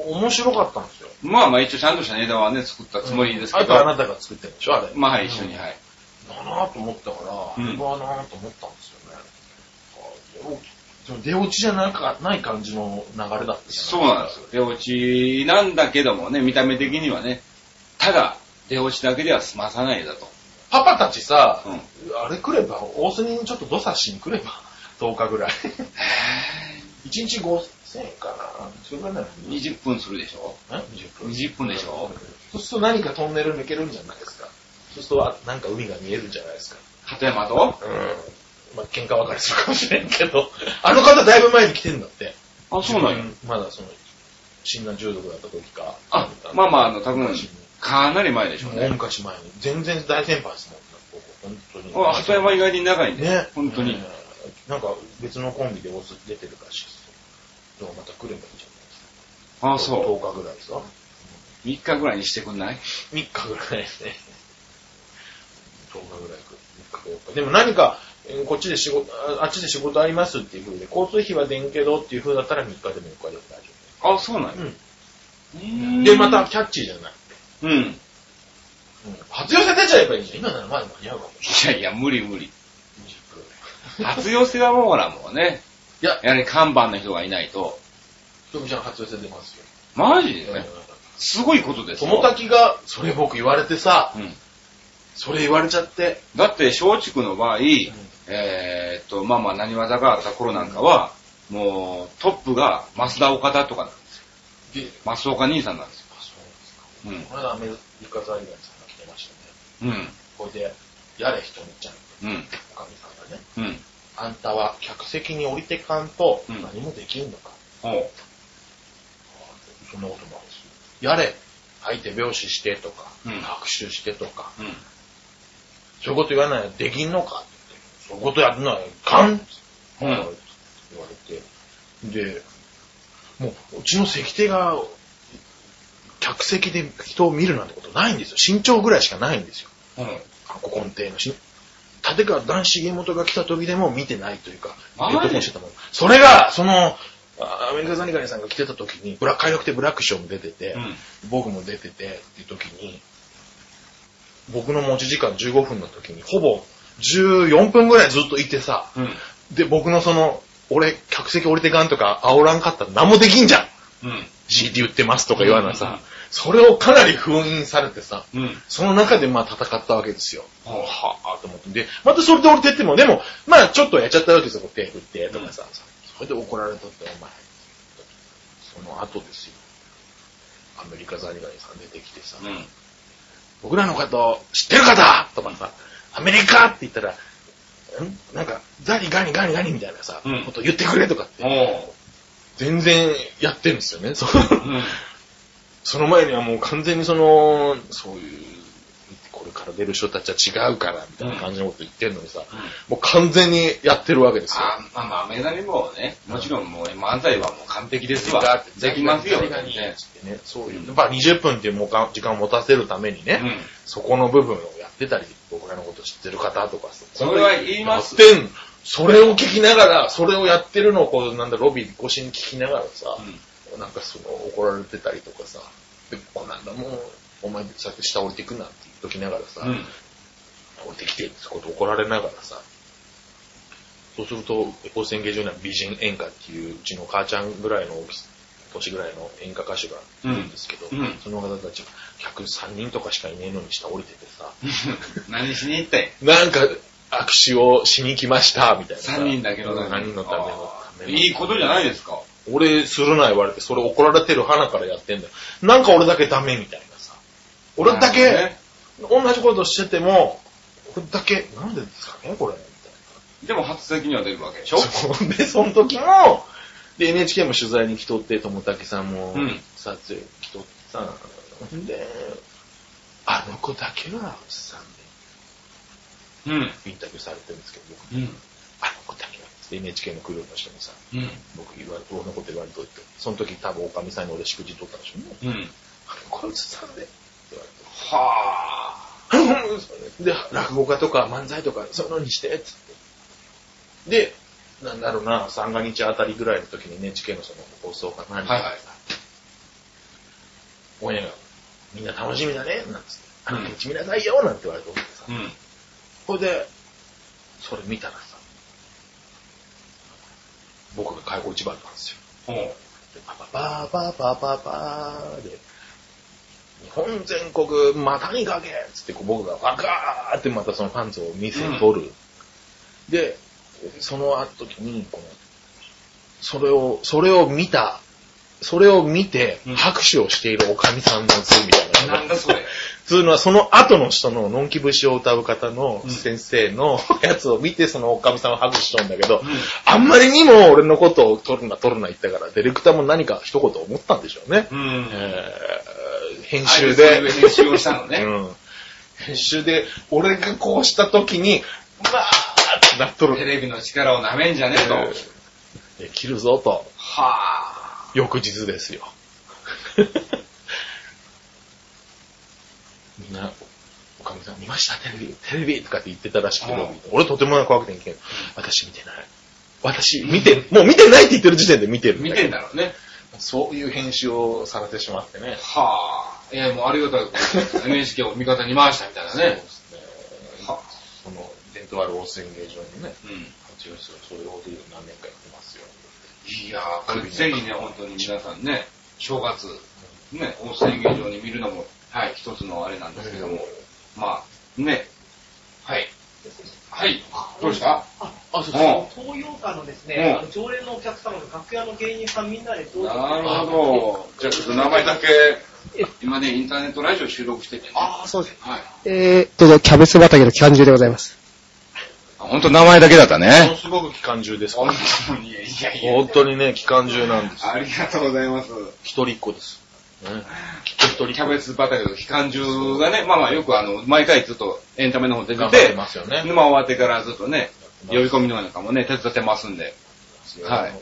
Speaker 2: 面白かったんですよ。
Speaker 1: まあまあ一応ちゃんとしたネタはね、作ったつもりですけ
Speaker 2: あとあ
Speaker 1: ど、
Speaker 2: なたが作ってるんでしょあれ。
Speaker 1: まあはい、一緒に、
Speaker 2: うん
Speaker 1: はい。
Speaker 2: だなぁと思ったから、
Speaker 1: うん
Speaker 2: うわ、なぁと思ったんですよねあでも。その出落ちじゃなかない感じの流れだったじゃない
Speaker 1: そうなんですよ。出落ちなんだけどもね、見た目的にはね、ただ、出落ちだけでは済まさないだと。
Speaker 2: パパたちさ、
Speaker 1: うん
Speaker 2: あれ来れば、大隅にちょっと土差しに来れば、10日ぐ らい。1日5000円かなそれぐらいなの
Speaker 1: 20分するでしょ
Speaker 2: え20分。
Speaker 1: 20分でしょ
Speaker 2: そうすると何かトンネル抜けるんじゃないですか。そうするとあ、なんか海が見えるんじゃないですか。
Speaker 1: 鳩山と
Speaker 2: うん。まあ、喧嘩別れするかもしれんけど、 あの方だいぶ前に来てんだって。
Speaker 1: あ、そうなんや。
Speaker 2: まだその、診断中毒だった時か。
Speaker 1: あ、まあまあ、あの、多
Speaker 2: もう
Speaker 1: 分、かなり前でしょう
Speaker 2: 大
Speaker 1: ね。
Speaker 2: 昔前に。全然大先輩ですもん、ここ本当に。
Speaker 1: あ、鳩山意外に長いね
Speaker 2: ね。。
Speaker 1: 本当
Speaker 2: う
Speaker 1: に
Speaker 2: ん。。なんか別のコンビでお酢出てるらしいですよ。でもまた来ればいいじゃないですか。
Speaker 1: あ、そ
Speaker 2: 10日ぐらいさ。
Speaker 1: う。3日ぐらいにしてくんない
Speaker 2: 3日ぐらいですね。10日ぐらいか。3日か4日。でも何か、えーこっちで仕事、ああっちで仕事ありますっていう風で、交通費は出んけどっていう風だったら3日でも4日でも大丈
Speaker 1: あ、そうなんや。うー
Speaker 2: 夫。
Speaker 1: ん
Speaker 2: で、また、キャッチーじゃない。
Speaker 1: うん。い
Speaker 2: うん、初寄せ出ちゃえばいいじゃん。今ならまだ間に合うかもし
Speaker 1: やいや、無理無理。
Speaker 2: れない。20分。
Speaker 1: 初寄せはもうほら、もうね。
Speaker 2: いや
Speaker 1: やはり看板の人がいないと。
Speaker 2: ひとみちゃん初寄せ出ますよ。
Speaker 1: マジでね。すごいことですよ
Speaker 2: 友達が、それ僕言われてさ、
Speaker 1: うん。
Speaker 2: それ言われちゃって、
Speaker 1: だって、松竹の場合、えーっと、まあまあ、何技があった頃なんかは、もう、トップが増田岡田とかなんですよ。
Speaker 2: で、
Speaker 1: 増岡兄さんなんですよ。
Speaker 2: あ、そうですか。
Speaker 1: う
Speaker 2: この間アメリカザリガンさんが来てましたね。
Speaker 1: ん。うん。
Speaker 2: これで、やれひとみちゃん、
Speaker 1: うん。
Speaker 2: おかみさんがね。
Speaker 1: うん。
Speaker 2: あんたは客席に降りてかんと
Speaker 1: うん
Speaker 2: 何もできんのか。
Speaker 1: おう
Speaker 2: そんなこともあるし。やれ、相手拍子してとか、
Speaker 1: うん
Speaker 2: 拍手してとか、
Speaker 1: うん。
Speaker 2: そういうこと言わないらできんのかって。そういうことやるのはかんって
Speaker 1: う
Speaker 2: 言われ
Speaker 1: ん。
Speaker 2: て。で、もう、うちの席手が、客席で人を見るなんてことないんですよ。身長ぐらいしかないんですよ。
Speaker 1: うん。
Speaker 2: 古今亭のし、立川男子家元が来た時でも見てないというか、
Speaker 1: マジ
Speaker 2: いうとこにしてたもん。それが、その、あアメリカザニガニさんが来てた時に、ブラック、火力ってブラックショーも出てて、僕も出ててっていう時に、僕の持ち時間15分の時に、ほぼ14分ぐらいずっといてさ、
Speaker 1: うん。
Speaker 2: で、僕のその、俺、客席降りてかんとか、煽らんかったら何もできんじゃ
Speaker 1: う
Speaker 2: ん
Speaker 1: ん。
Speaker 2: !CD 売ってますとか言わないさ、それをかなり封印されてさ、
Speaker 1: うん。
Speaker 2: その中でまあ戦ったわけですよ。
Speaker 1: はあ
Speaker 2: はぁと思って。で、またそれで俺手っても、でも、まあちょっとやっちゃったわけですよ、手振ってとかさ、それで怒られたって、お前。その後ですよ。アメリカザリガニさん出てきてさ、
Speaker 1: うん。
Speaker 2: 僕らのこと知ってる方とかさ、アメリカって言ったら、んなんか、ザリガニガニガニみたいなさ、
Speaker 1: うん
Speaker 2: こと言ってくれとかって、
Speaker 1: おう。
Speaker 2: 全然やってるんですよね。そう
Speaker 1: うん。
Speaker 2: その前にはもう完全にその、そういう、これから出る人たちは違うから、みたいな感じのこと言ってんのにさ、もう完全にやってるわけですよ。
Speaker 1: あまあまあ、メダルもね、もちろんもう漫才はもう完璧ですわ。できますよ。
Speaker 2: ザリガニっつってね、そういう。まあ20分っていうもうか時間を持たせるためにね、
Speaker 1: うん
Speaker 2: そこの部分をやってたり、僕らのこと知ってる方とかさ、
Speaker 1: それは言い
Speaker 2: や
Speaker 1: ま
Speaker 2: っ
Speaker 1: す。
Speaker 2: てん、それを聞きながら、それをやってるのをこう、なんだ、ロビー越しに聞きながらさ、なんかその、怒られてたりとかさ、で、こうなんだ、もう、お前さっき下降りてくなって言っときながらさ、
Speaker 1: うん。
Speaker 2: 降りてきてってこと怒られながらさ、そうすると、高専芸場には美人演歌っていう、うちの母ちゃんぐらいの大きさ年ぐらいの演歌歌手がいるんですけど、
Speaker 1: うんうん
Speaker 2: その方たちが103人とかしかいねえのに下降りててさ、
Speaker 1: 何しに行って
Speaker 2: なんか握手をしに来ました、みたいなさ。
Speaker 1: 三人だけど
Speaker 2: うん三人のためのための。
Speaker 1: いいことじゃないですか。
Speaker 2: 俺するな言われて、それ怒られてる花からやってんだよ。なんか俺だけダメみたいなさ。俺だけ、
Speaker 1: ね
Speaker 2: 同じことしてても、俺だけ、なんでですかねこれ。み
Speaker 1: でも初席には出るわけでしょ
Speaker 2: たいな。そうで、その時も、で、NHK も取材に来とって、友武さんも
Speaker 1: うん
Speaker 2: 撮影来とってさ、ん、で、あの子だけはおっさん
Speaker 1: うん。
Speaker 2: でインタビューされてるんですけど、僕
Speaker 1: うん。
Speaker 2: あの子だけはっつって NHK のクルーの人にさ、
Speaker 1: うん。
Speaker 2: 僕言われ、俺のこと言われといて、その時多分おかみさんに俺しくじっとったんでしょうね。
Speaker 1: うん。
Speaker 2: こいつさんで、って言われて。
Speaker 1: は
Speaker 2: で、落語家とか漫才とか、そういうのにして、つって。 で、なんだろうな、三が日あたりぐらいの時に NHK のその放送か何か
Speaker 1: はいはい
Speaker 2: オンエアが、みんな楽しみだね、なんつって。あ
Speaker 1: うん
Speaker 2: の日見なさいよ、なんて言われて思ってさ
Speaker 1: ぁ。。うん。
Speaker 2: それで、それ見たらさ、僕が介護一番なんですよ。
Speaker 1: おう。
Speaker 2: パパパーパーパーパーパーで、日本全国股にかけつってこう僕がわかーってまたそのパンツを見せ取る。で、その後時にこの、それを、それを見た、それを見て
Speaker 1: うん
Speaker 2: 拍手をしているおかみさんの図みたいな
Speaker 1: な
Speaker 2: の
Speaker 1: ん
Speaker 2: が。
Speaker 1: だそれ。
Speaker 2: つうのはその後の人ののんき節を歌う方の先生のやつを見てそのおかみさんは拍手しとんだけど、あんまりにも俺のことを撮るな撮るな言ったから、ディレクターも何か一言思ったんでしょうね。
Speaker 1: うん
Speaker 2: えー編
Speaker 1: あれそう
Speaker 2: 集で
Speaker 1: いう、編集をしたのね。
Speaker 2: うん編集で、俺がこうした時に、まあってなっと
Speaker 1: テ
Speaker 2: る。
Speaker 1: レビの力を舐めんじゃねえと。
Speaker 2: えー切るぞと、
Speaker 1: はぁ。
Speaker 2: 翌日ですよ。 みんな、おかみさん見ましたテレビ、テレビとかって言ってたらしくけ
Speaker 1: う
Speaker 2: ど
Speaker 1: ん、
Speaker 2: 俺とても怖くてんけど、私見てない。私見て、もう見てないって言ってる時点で見てる。
Speaker 1: 見てんだろうね。
Speaker 2: そういう編集をされてしまってね。
Speaker 1: はぁ。いや、もうありがたいことです NHK を味方に回したみたいな
Speaker 2: そうで
Speaker 1: ね。
Speaker 2: すね。
Speaker 1: は
Speaker 2: その、伝統ある大泉芸場にね、
Speaker 1: うん。
Speaker 2: 八王子をそういうことを何年かやってますよ。
Speaker 1: いやー、これぜひね、本当に皆さんね、正月、ね、大泉劇場に見るのも、はい、一つのあれなんですけども、まあ、ね、はい、はい、どうした
Speaker 4: あ、あ、そう
Speaker 1: です
Speaker 4: 東洋館のです
Speaker 1: うん
Speaker 4: ね、あの常連のお客様が楽屋の芸人さんみんなで登
Speaker 1: なる
Speaker 4: 場
Speaker 1: ほど。じゃあ、ちょっと名前だけ、今ね、インターネットラジオ収録しててね。は
Speaker 4: あ、そうです。
Speaker 1: い。
Speaker 5: えー、どうぞ、キャベツ畑のキャンジュでございます。
Speaker 6: ほんと名前だけだった
Speaker 2: もの
Speaker 6: ね。
Speaker 2: すごく期間中です。
Speaker 1: 本
Speaker 2: 本
Speaker 1: 当に、いやいや、
Speaker 2: 当にね、期間中なんです。
Speaker 1: ありがとうございます。
Speaker 2: 一人っ子です。ね、きっと一人っ子。
Speaker 1: キャベツ畑の期間中がね、まあまあよくあの、毎回ずっとエンタメの方出て
Speaker 2: 頑張って
Speaker 1: て、
Speaker 2: ますよね。
Speaker 1: 沼終わってからずっとね、呼
Speaker 2: や
Speaker 1: び
Speaker 2: って
Speaker 1: 込みのなんかもね、手伝ってますんで。
Speaker 2: ますよ
Speaker 1: はい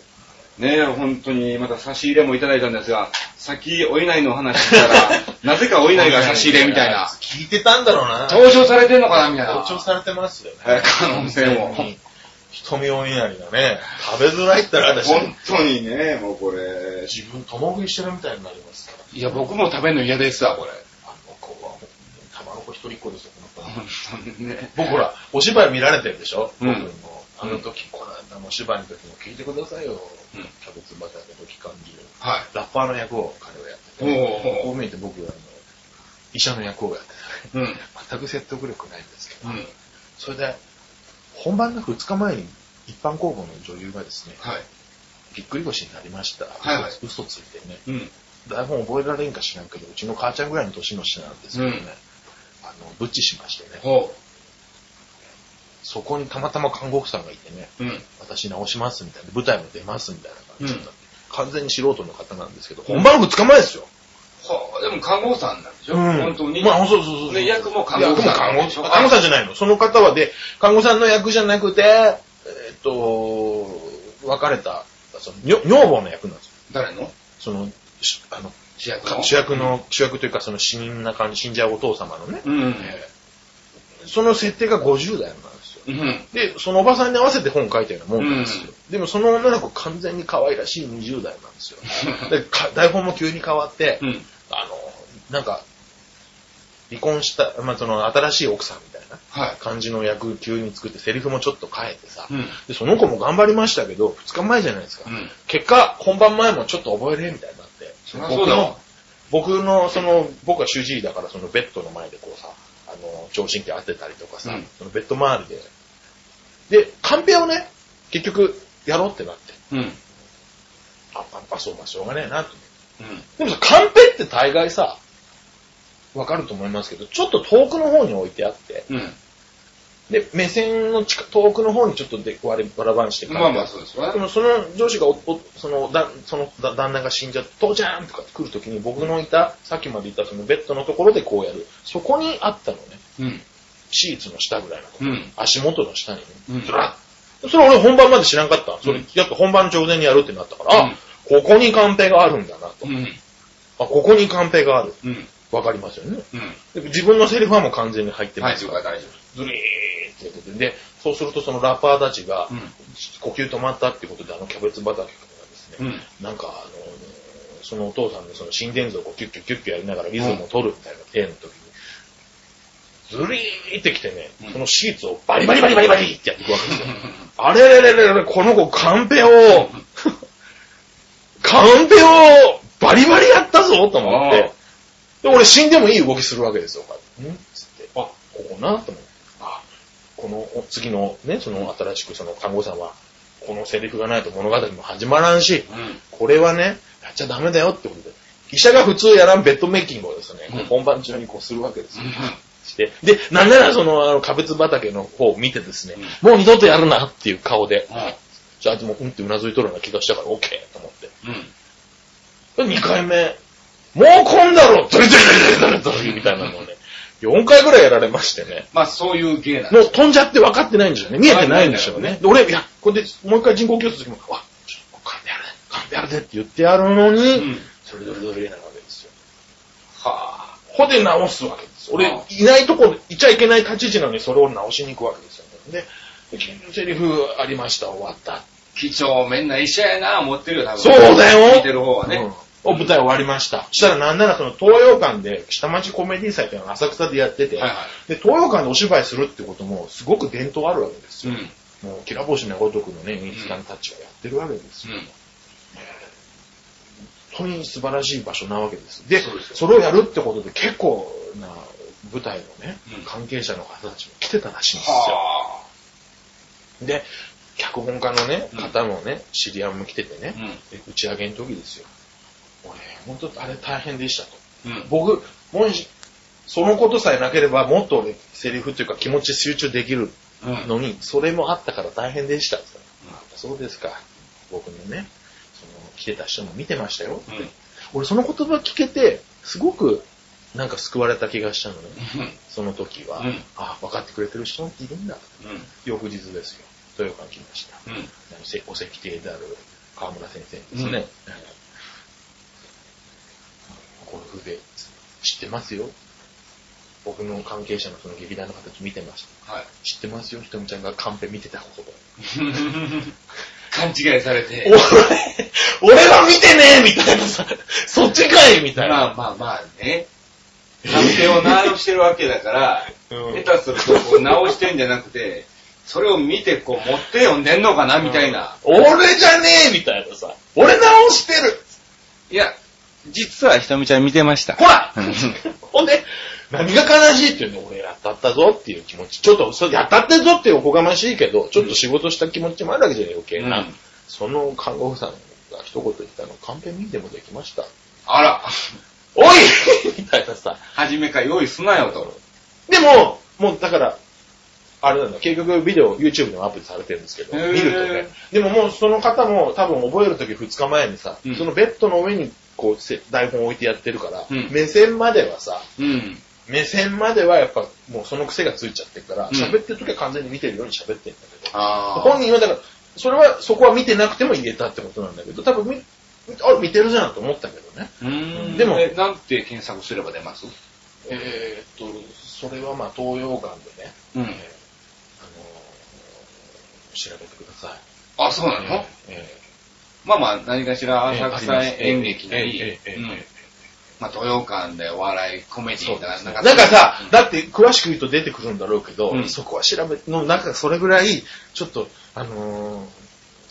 Speaker 1: ねえ、本当に、また差し入れもいただいたんですが、先、お稲荷の話し たら、なぜかお稲荷が差し入れみたいな。
Speaker 2: 聞いてたんだろうな。
Speaker 1: 登場されてんのかなみたいな。
Speaker 2: 盗聴されてますよね。
Speaker 1: え可能性も。
Speaker 2: 本瞳おになりがね、食べづらいったら私、
Speaker 1: 本当にね、もうこれ。
Speaker 2: 自分共食いしてるみたいになりますから。
Speaker 7: いや、僕も食べるの嫌ですわ、これ。
Speaker 2: あの子は、玉の子一人っ子ですよ、この子
Speaker 7: 本当にね。
Speaker 2: 僕ほら、お芝居見られてるでしょ、
Speaker 1: うん
Speaker 2: 僕にも。あの時、この間のお芝居の時も聞いてくださいよ。
Speaker 7: うん
Speaker 2: キャベツ畑の期間中。
Speaker 7: はい。
Speaker 2: ラッパーの役を彼はやって
Speaker 7: お
Speaker 2: て、
Speaker 7: ー
Speaker 2: こう見えて僕はあの医者の役をやって
Speaker 7: うん。
Speaker 2: て、全く説得力ないんですけど、
Speaker 7: うん。
Speaker 2: それで、本番の2日前に一般公募の女優がですね、
Speaker 7: はい。
Speaker 2: ぎっくり腰になりました。
Speaker 7: はいはい
Speaker 2: 嘘ついてね、
Speaker 7: うん。
Speaker 2: 台本覚えられんか知らんけど、うちの母ちゃんぐらいの年の人なんですけどね、
Speaker 7: うん
Speaker 2: あの、ブッチしましてね、
Speaker 7: ほ
Speaker 2: そこにたまたま看護婦さんがいてね、
Speaker 7: う。うん。
Speaker 2: 私直しますみたいな、舞台も出ますみたいな感じだった、
Speaker 7: うん
Speaker 2: 完全に素人の方なんですけど、本番の2日前ですよ。
Speaker 7: ほう。でも、看護師さんなんでしょ本当に。
Speaker 2: まあ、そうそうそうそう。
Speaker 7: ね役も看護師さん
Speaker 2: 役も看護師さん。看護師さんじゃないの。その方はで、看護師さんの役じゃなくて、えーっと、別れた、その、女女房の役なんですよ。
Speaker 7: 誰の
Speaker 2: その、しあの、
Speaker 7: 主役の。
Speaker 2: 主役の、主役というか、その死んだ感じ、死んじゃうお父様のね、
Speaker 7: うん。
Speaker 2: えーその設定が50代なんですよ。
Speaker 7: うん。
Speaker 2: で、そのおばさんに合わせて本書いたようなもんなんですよ。
Speaker 7: うん
Speaker 2: でもその女の子完全に可愛らしい20代なんですよ。で、か台本も急に変わって、
Speaker 7: うん。
Speaker 2: あの、なんか、離婚した、まあ、その新しい奥さんみたいな
Speaker 7: はい。
Speaker 2: 感じの役急に作って、セリフもちょっと変えてさ、
Speaker 7: うん。
Speaker 2: で、その子も頑張りましたけど、2日前じゃないですか。
Speaker 7: うん。
Speaker 2: 結果、本番前もちょっと覚えれみたいになって。
Speaker 7: そりゃそうだわ
Speaker 2: 僕の、僕の、その、僕は主治医だから、そのベッドの前でこうさ、あの、聴診器当てたりとかさ、
Speaker 7: うん
Speaker 2: そのベッド周りで。で、カンペをね、結局、やろうってなって。
Speaker 7: うん。
Speaker 2: あ、パンパそうか、しょうがねえなと思って。
Speaker 7: うん。
Speaker 2: でもさ、カンペって大概さ、わかると思いますけど、ちょっと遠くの方に置いてあって、
Speaker 7: うん。
Speaker 2: で、目線の近遠くの方にちょっとで割れバラバラして
Speaker 7: まあまあ、そうですわ
Speaker 2: で。もその上司がおおそのだ、そのだ旦那が死んじゃって、父ちゃんとかって来るときに僕のいた、さっきまでいたそのベッドのところでこうやる。そこにあったのね。
Speaker 7: うん。
Speaker 2: シーツの下ぐらいのとこ
Speaker 7: う
Speaker 2: ろ、
Speaker 7: ん。
Speaker 2: 足元の下にね
Speaker 7: うん。
Speaker 2: ずらっそれ俺本番まで知らんかった。それ
Speaker 7: うん、
Speaker 2: やっぱ本番直前にやるってなったから、
Speaker 7: う
Speaker 2: あ、ここにカンペがあるんだなと。
Speaker 7: うん。
Speaker 2: あ、ここにカンペがある。
Speaker 7: うん。
Speaker 2: わかりますよね。
Speaker 7: うん。
Speaker 2: で自分のセリフはもう完全に入って
Speaker 7: は
Speaker 2: ま
Speaker 7: い、
Speaker 2: す
Speaker 7: とい
Speaker 2: か
Speaker 7: う
Speaker 2: ら、
Speaker 7: か大丈
Speaker 2: ずりーってことで、で、そうするとそのラッパーたちが
Speaker 7: 夫。、
Speaker 2: 呼吸止まったってことで、あのキャベツ畑とかですね、
Speaker 7: うん。うん。
Speaker 2: なんか、あの、そのお父さんのその心電図をこうキュッキュッキュッキュやりながらリズムを取るみたいな絵の時に、ずりーってきてね
Speaker 7: うん、
Speaker 2: そのシーツをバリバリバリバリバリってやっていくわけですよ。あれれれれれ、この子カンペを、 カンペをバリバリやったぞと思って、で、俺死んでもいい動きするわけですよ。こうやってんつって、あ、ここなと思って、あ、このお次のね、その新しくその看護師さんは、このセリフがないと物語も始まらんし、
Speaker 7: うん。
Speaker 2: これはね、やっちゃダメだよってことで、医者が普通やらんベッドメイキングをですね、こう本番中にこうするわけですよ。して、で、なんならその、あの、花別畑の方を見てですね、もう二度とやるなっていう顔で、じゃあ、でも、うんってうなずいとるような気がしたから、オッケーと思って。
Speaker 7: うん。
Speaker 2: で二回目、もう来んだろドリドリドリドリドリドリみたいなのをね、四回ぐらいやられましてね、
Speaker 7: まあ、そういう芸なん
Speaker 2: も
Speaker 7: で
Speaker 2: う飛んじゃって分かってないんでしょうね。見えてないんでしょうね。で、俺、いや、これでもう一回人工教室の時も、あ、ちょっと、勘でやるね、勘でやるぜって言ってやるのに、
Speaker 7: うん
Speaker 2: それどれどれなわけですよ。
Speaker 7: は
Speaker 2: ほで直すわけです。俺
Speaker 7: あ、
Speaker 2: いないとこ、いちゃいけない立ち位置なのにそれを直しに行くわけですよね。で、セリフありました、終わった。
Speaker 7: 貴重面な医者やな、思ってるよ、多分。
Speaker 2: そうだよ
Speaker 7: 聞いてる方はね。
Speaker 2: うんお舞台終わりました。したらなんならその東洋館で下町コメディ祭っていうのが浅草でやってて、
Speaker 7: はいは
Speaker 2: で、東洋館でお芝居するってこともすごく伝統あるわけです
Speaker 7: い。う
Speaker 2: よ。
Speaker 7: ん。
Speaker 2: もう、きらぼしのごとくのね、演出家のたちがやってるわけですよ。本当に素晴らしい場所なわけです。で、
Speaker 7: そう
Speaker 2: そ
Speaker 7: ですよ
Speaker 2: れをやるってことで結構な舞台のね、
Speaker 7: うん
Speaker 2: 関係者の方たちも来てたらしいんですよ。
Speaker 7: は
Speaker 2: で、脚本家のね、
Speaker 7: うん
Speaker 2: 方もね、知り合いも来てて
Speaker 7: あ。
Speaker 2: ね、で打ち上げの時ですよ。俺、本当あれ大変でしたと。
Speaker 7: うん。うん。
Speaker 2: 僕、もし、そのことさえなければ、もっと俺、セリフというか気持ち集中できる
Speaker 7: うん。
Speaker 2: のに、それもあったから大変でしたって言ったら。あそうですか。僕のね、その、来てた人も見てましたよ。
Speaker 7: うん。
Speaker 2: 俺、その言葉聞けて、すごく、なんか救われた気がしたのね。その時は、
Speaker 7: うん
Speaker 2: あ、分かってくれてる人っているんだ。翌日ですよ。豊川来ました。
Speaker 7: うん。うん。
Speaker 2: せお席亭である川村先生にですね、ゴルフで知ってますよ。僕の関係者のその劇団の形見てました。
Speaker 7: はい
Speaker 2: 知ってますよ、ひとみちゃんがカンペ見てたこと。
Speaker 7: 勘違いされて。
Speaker 2: 俺、俺は見てねえみたいなさ、そっちかいみたい
Speaker 7: ま
Speaker 2: な。
Speaker 7: あまあまあね。判定を直してるわけだから、
Speaker 2: うん
Speaker 7: 下手するとこう直してんじゃなくて、それを見てこう持って読んでんのかなみたいな。
Speaker 2: 俺じゃねえみたいなさ、俺直してる
Speaker 7: いや、
Speaker 1: 実はひとみちゃん見てました。
Speaker 2: ほら
Speaker 1: うん
Speaker 2: ほんで、何が悲しいっていうの俺やったったぞっていう気持ち。ちょっと、そうやったってぞっていうおこがましいけど、ちょっと仕事した気持ちもあるわけじゃない余計な。
Speaker 7: うん
Speaker 2: その看護婦さんが一言言ったの、カンペ見てもできました。
Speaker 7: あら、
Speaker 2: おいみたいなさ。
Speaker 7: 初めから用意すなよと。
Speaker 2: でも、もうだから、あれなんだ、結局ビデオ、YouTube でもアップされてるんですけど、
Speaker 7: へー
Speaker 2: 見るとね。でももうその方も多分覚えるとき2日前にさ、
Speaker 7: うん
Speaker 2: そのベッドの上にこうせ台本置いてやってるから、
Speaker 7: うん
Speaker 2: 目線まではさ、
Speaker 7: うん。
Speaker 2: 目線まではやっぱもうその癖がついちゃってるから、
Speaker 7: うん
Speaker 2: 喋ってるときは完全に見てるように喋ってるんだけど、
Speaker 7: あ
Speaker 2: 本人はだから、それはそこは見てなくても言えたってことなんだけど、多分見、あ、見てるじゃんと思ったけどね。
Speaker 7: あ。
Speaker 2: でも
Speaker 7: えなんて検索すれば出ます
Speaker 2: えー、っと、それはまあ東洋館でね、
Speaker 7: うん
Speaker 2: えーあのー調べてください。
Speaker 7: あ、そうなの
Speaker 2: え
Speaker 7: まあまあ、何かしら
Speaker 2: ー
Speaker 7: 浅草演劇な
Speaker 2: えー
Speaker 7: り、
Speaker 2: えーえーえー
Speaker 7: うん
Speaker 2: えー
Speaker 7: まあ、土曜館でお笑い、コメディーが、
Speaker 2: なんかさ、だって詳しく言うと出てくるんだろうけど、
Speaker 7: うん
Speaker 2: そこは調べ、の、なんかそれぐらい、ちょっと、あのー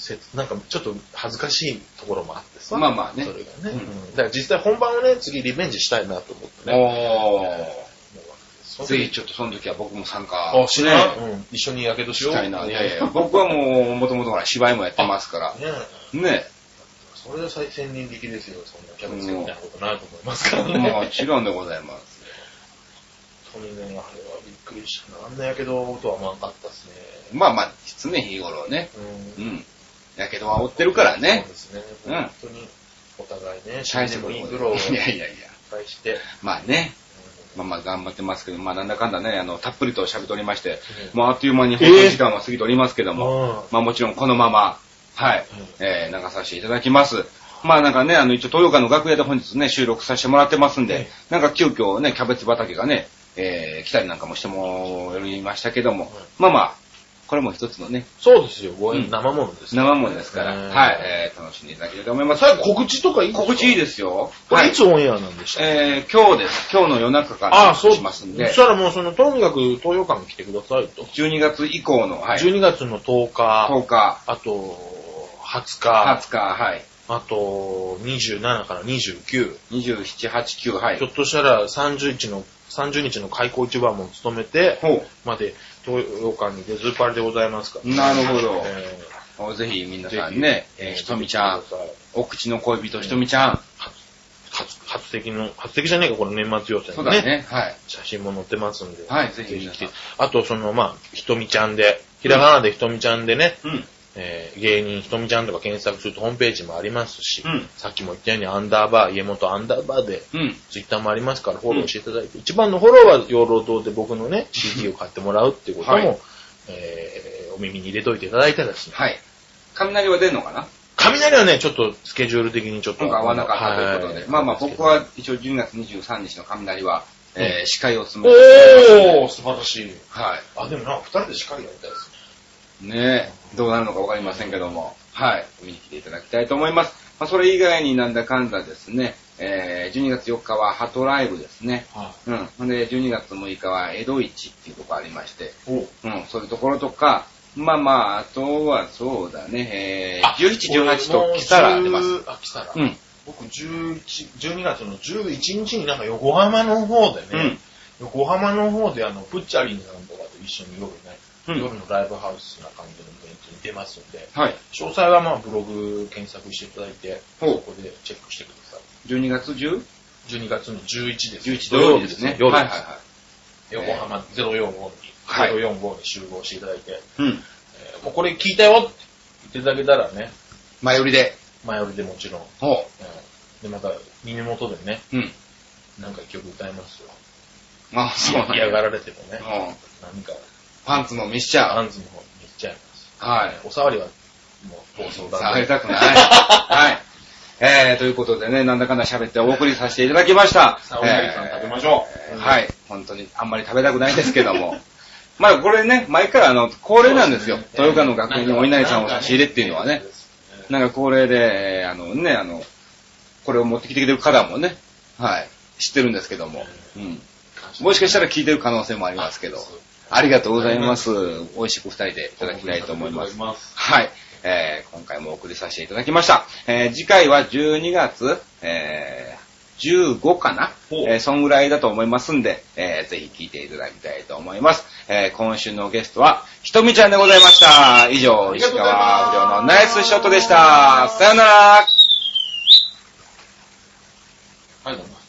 Speaker 2: せなんかちょっと恥ずかしいところもあってさ。
Speaker 7: まあまあね
Speaker 2: それがね。
Speaker 7: うん
Speaker 2: うんだから実際本番をね、次リベンジしたいなと思ってね。
Speaker 7: お
Speaker 2: そ
Speaker 7: ー。
Speaker 2: の
Speaker 7: ぜ
Speaker 2: 時
Speaker 7: ひちょっとその時は僕も参加
Speaker 2: あ、しない、
Speaker 7: ね
Speaker 2: うん一緒にやけどしよ
Speaker 7: し
Speaker 2: う。
Speaker 7: たいな。いやいや、
Speaker 2: ね
Speaker 7: 僕はもう、もともとほら芝居もやってますから。ね
Speaker 2: それは最先人的ですよ。そんなキャベツみたいなことないと思いますからね。
Speaker 7: もちろんでございます。
Speaker 2: 本当にね、あれはびっくりしたな。あんなやけどとは思わなかったですね。
Speaker 7: まあまあ、常日頃ね。
Speaker 2: う。
Speaker 7: うんん。やけどは追ってるからね
Speaker 2: そう。ですね。
Speaker 7: うん
Speaker 2: 本当に、お互いね、
Speaker 7: 大
Speaker 2: 最
Speaker 7: 丈
Speaker 2: 初
Speaker 7: 夫
Speaker 2: もいい苦労をいっ
Speaker 7: いやいやいや。
Speaker 2: ぱいして。
Speaker 1: まあね。まあまあ頑張ってますけど、まあなんだかんだね、あの、たっぷりと喋っておりまして、もうあっという間に放送時間は過ぎておりますけど
Speaker 2: うん
Speaker 1: も、
Speaker 2: ま
Speaker 1: まあもちろんこのまま、はい、
Speaker 2: うん
Speaker 1: えー、流させていただきます。まあなんかね、あの一応東洋館の楽屋で本日ね、収録させてもらってますんで、なんか急遽ね、キャベツ畑がね、えー、来たりなんかもしてもりましたけども、まあまあ、これも一つのね、
Speaker 2: そうですよ、ご
Speaker 1: う
Speaker 2: 縁、
Speaker 1: ん
Speaker 2: 生ものですよ。
Speaker 1: 生ものですから、
Speaker 2: うん
Speaker 1: はい、えー、楽しんでいただければと思います。
Speaker 2: さあ、告知とかいい
Speaker 1: 告知いい
Speaker 2: で
Speaker 1: ですよ。
Speaker 2: すかこ
Speaker 1: は
Speaker 2: れ
Speaker 1: い
Speaker 2: い。つオンエアなんでした
Speaker 1: えー、今日です。今日の夜中から
Speaker 2: ああ、そう
Speaker 1: しますんで
Speaker 2: そし、たらもうその、とにかく東洋館に来てくださいと。
Speaker 1: 12月以降の、はい、
Speaker 2: 12月の10日、
Speaker 1: 10日、
Speaker 2: あと、20日、
Speaker 1: 20日、はい、
Speaker 2: あと、27から29。
Speaker 1: 27、8、9、は
Speaker 2: ひょ
Speaker 1: い。
Speaker 2: っとしたら31日の、30日の開口一番も務めて、
Speaker 1: ほ
Speaker 2: まで、東洋館に出ずっぱりでございますから。
Speaker 1: う。なるほど。
Speaker 2: え
Speaker 1: ぜひ皆さんね、
Speaker 2: ー
Speaker 1: えーひとみちゃん、。お口の恋人ひとみちゃん、
Speaker 2: 初、初席の、初席じゃねえか、この年末予選
Speaker 1: そ
Speaker 2: の
Speaker 1: うだね。はい。
Speaker 2: 写真も載ってますんで。
Speaker 1: はい、ぜひ
Speaker 2: ぜひ
Speaker 1: 皆
Speaker 2: 来
Speaker 1: さ
Speaker 2: て
Speaker 1: ん。。
Speaker 2: あと、その、まあ、ひとみちゃんで、ひらがなでひとみちゃんでね、
Speaker 1: うん。
Speaker 2: えー芸人ひとみちゃんとか検索するとホームページもありますし、
Speaker 1: うん
Speaker 2: さっきも言ったようにアンダーバー、家元アンダーバーで、
Speaker 1: うん。
Speaker 2: ツイッターもありますから、フォローしていただいて、一番のフォローは養老堂で僕のね、CD を買ってもらうっていうことも、
Speaker 1: はい
Speaker 2: えーお耳に入れといていただいたらですね、
Speaker 1: はい。雷は出んのかな
Speaker 2: 雷はね、ちょっとスケジュール的にちょっと。
Speaker 1: 今回合わなかったということで。
Speaker 2: は
Speaker 1: まあまあ僕。は一応12月23日の雷は、えー、司会を
Speaker 2: お
Speaker 1: 務めていただきますので
Speaker 2: ー、素晴らしい。
Speaker 1: は
Speaker 2: あ、でもなんか二人でしっかりやりたいですね。
Speaker 1: い。ねえ、どうなるのかわかりませんけども、はい。見に来ていただきたいと思います。まあそれ以外になんだかんだですね、えー、12月4日はハトライブですね。
Speaker 2: は
Speaker 1: うん。ほんで、12月6日は江戸市っていうとこありまして、
Speaker 2: い。お
Speaker 1: うん、そういうところとか、まあまあ、あとはそうだね、えー、17、18と来たら出ます。。
Speaker 2: あ、来たら。
Speaker 1: うん、
Speaker 2: 僕、11 12月の11日になんか横浜の方でね、
Speaker 1: うん
Speaker 2: 横浜の方であの、プッチャリンさんとかと一緒に夜ね、
Speaker 1: うん
Speaker 2: 夜のライブハウスな感じのイベントに出ますんで、
Speaker 1: はい。
Speaker 2: 詳細はまあブログ検索していただいて、
Speaker 1: ほう
Speaker 2: そこでチェックしてください。
Speaker 1: 12月 10?
Speaker 2: 12月の11です。
Speaker 1: 11土曜日ですね。
Speaker 2: 土曜日
Speaker 1: はい
Speaker 2: で
Speaker 1: はい
Speaker 2: す。
Speaker 1: は
Speaker 2: 横浜045に、
Speaker 1: はい
Speaker 2: 045に集合していただいて、
Speaker 1: い。うん。
Speaker 2: えーもうこれ聞いたよって言っていただけたらね、
Speaker 1: 前売りで。
Speaker 2: 前よりでもちろん、
Speaker 1: ほ
Speaker 2: で、また耳元でね、
Speaker 1: う。うん。
Speaker 2: なんか一曲歌いますよ。
Speaker 1: あ、そうなん
Speaker 2: 嫌が
Speaker 1: や。
Speaker 2: られてもね、
Speaker 1: うん。
Speaker 2: 何か、
Speaker 1: パンツも見しちゃ
Speaker 2: ア
Speaker 1: う。
Speaker 2: ンズの方に行っちゃいます。
Speaker 1: はい。
Speaker 2: お触りは、もう、放送だ
Speaker 1: 触り
Speaker 2: ね。
Speaker 1: たくない。はい。えー、ということでね、なんだかんだ喋ってお送りさせていただきました。
Speaker 2: さあおやりさん食べましょう
Speaker 1: えーはい。本当に、あんまり食べたくないですけども。 まあこれね、毎回あの、恒例なんですよ。豊川の学園にお稲荷さんを差し入れっていうのはね。なんか恒例で、えーあのね、あの、これを持ってきてくれる方もね、はい、知ってるんですけども。うん。もしかしたら聞いてる可能性もありますけど。ありがとうございます。美味しく二人でいただきたいと思います。
Speaker 2: ます。
Speaker 1: はい。えー、今回もお送りさせていただきました。えー、次回は12月、えー、15かな
Speaker 2: ほう
Speaker 1: えー、そんぐらいだと思いますんで、えー、ぜひ聞いていただきたいと思います。えー、今週のゲストは、ひとみちゃんでございました。以上、石川不良のナイスショットでした。さよなら
Speaker 2: はい、どうも。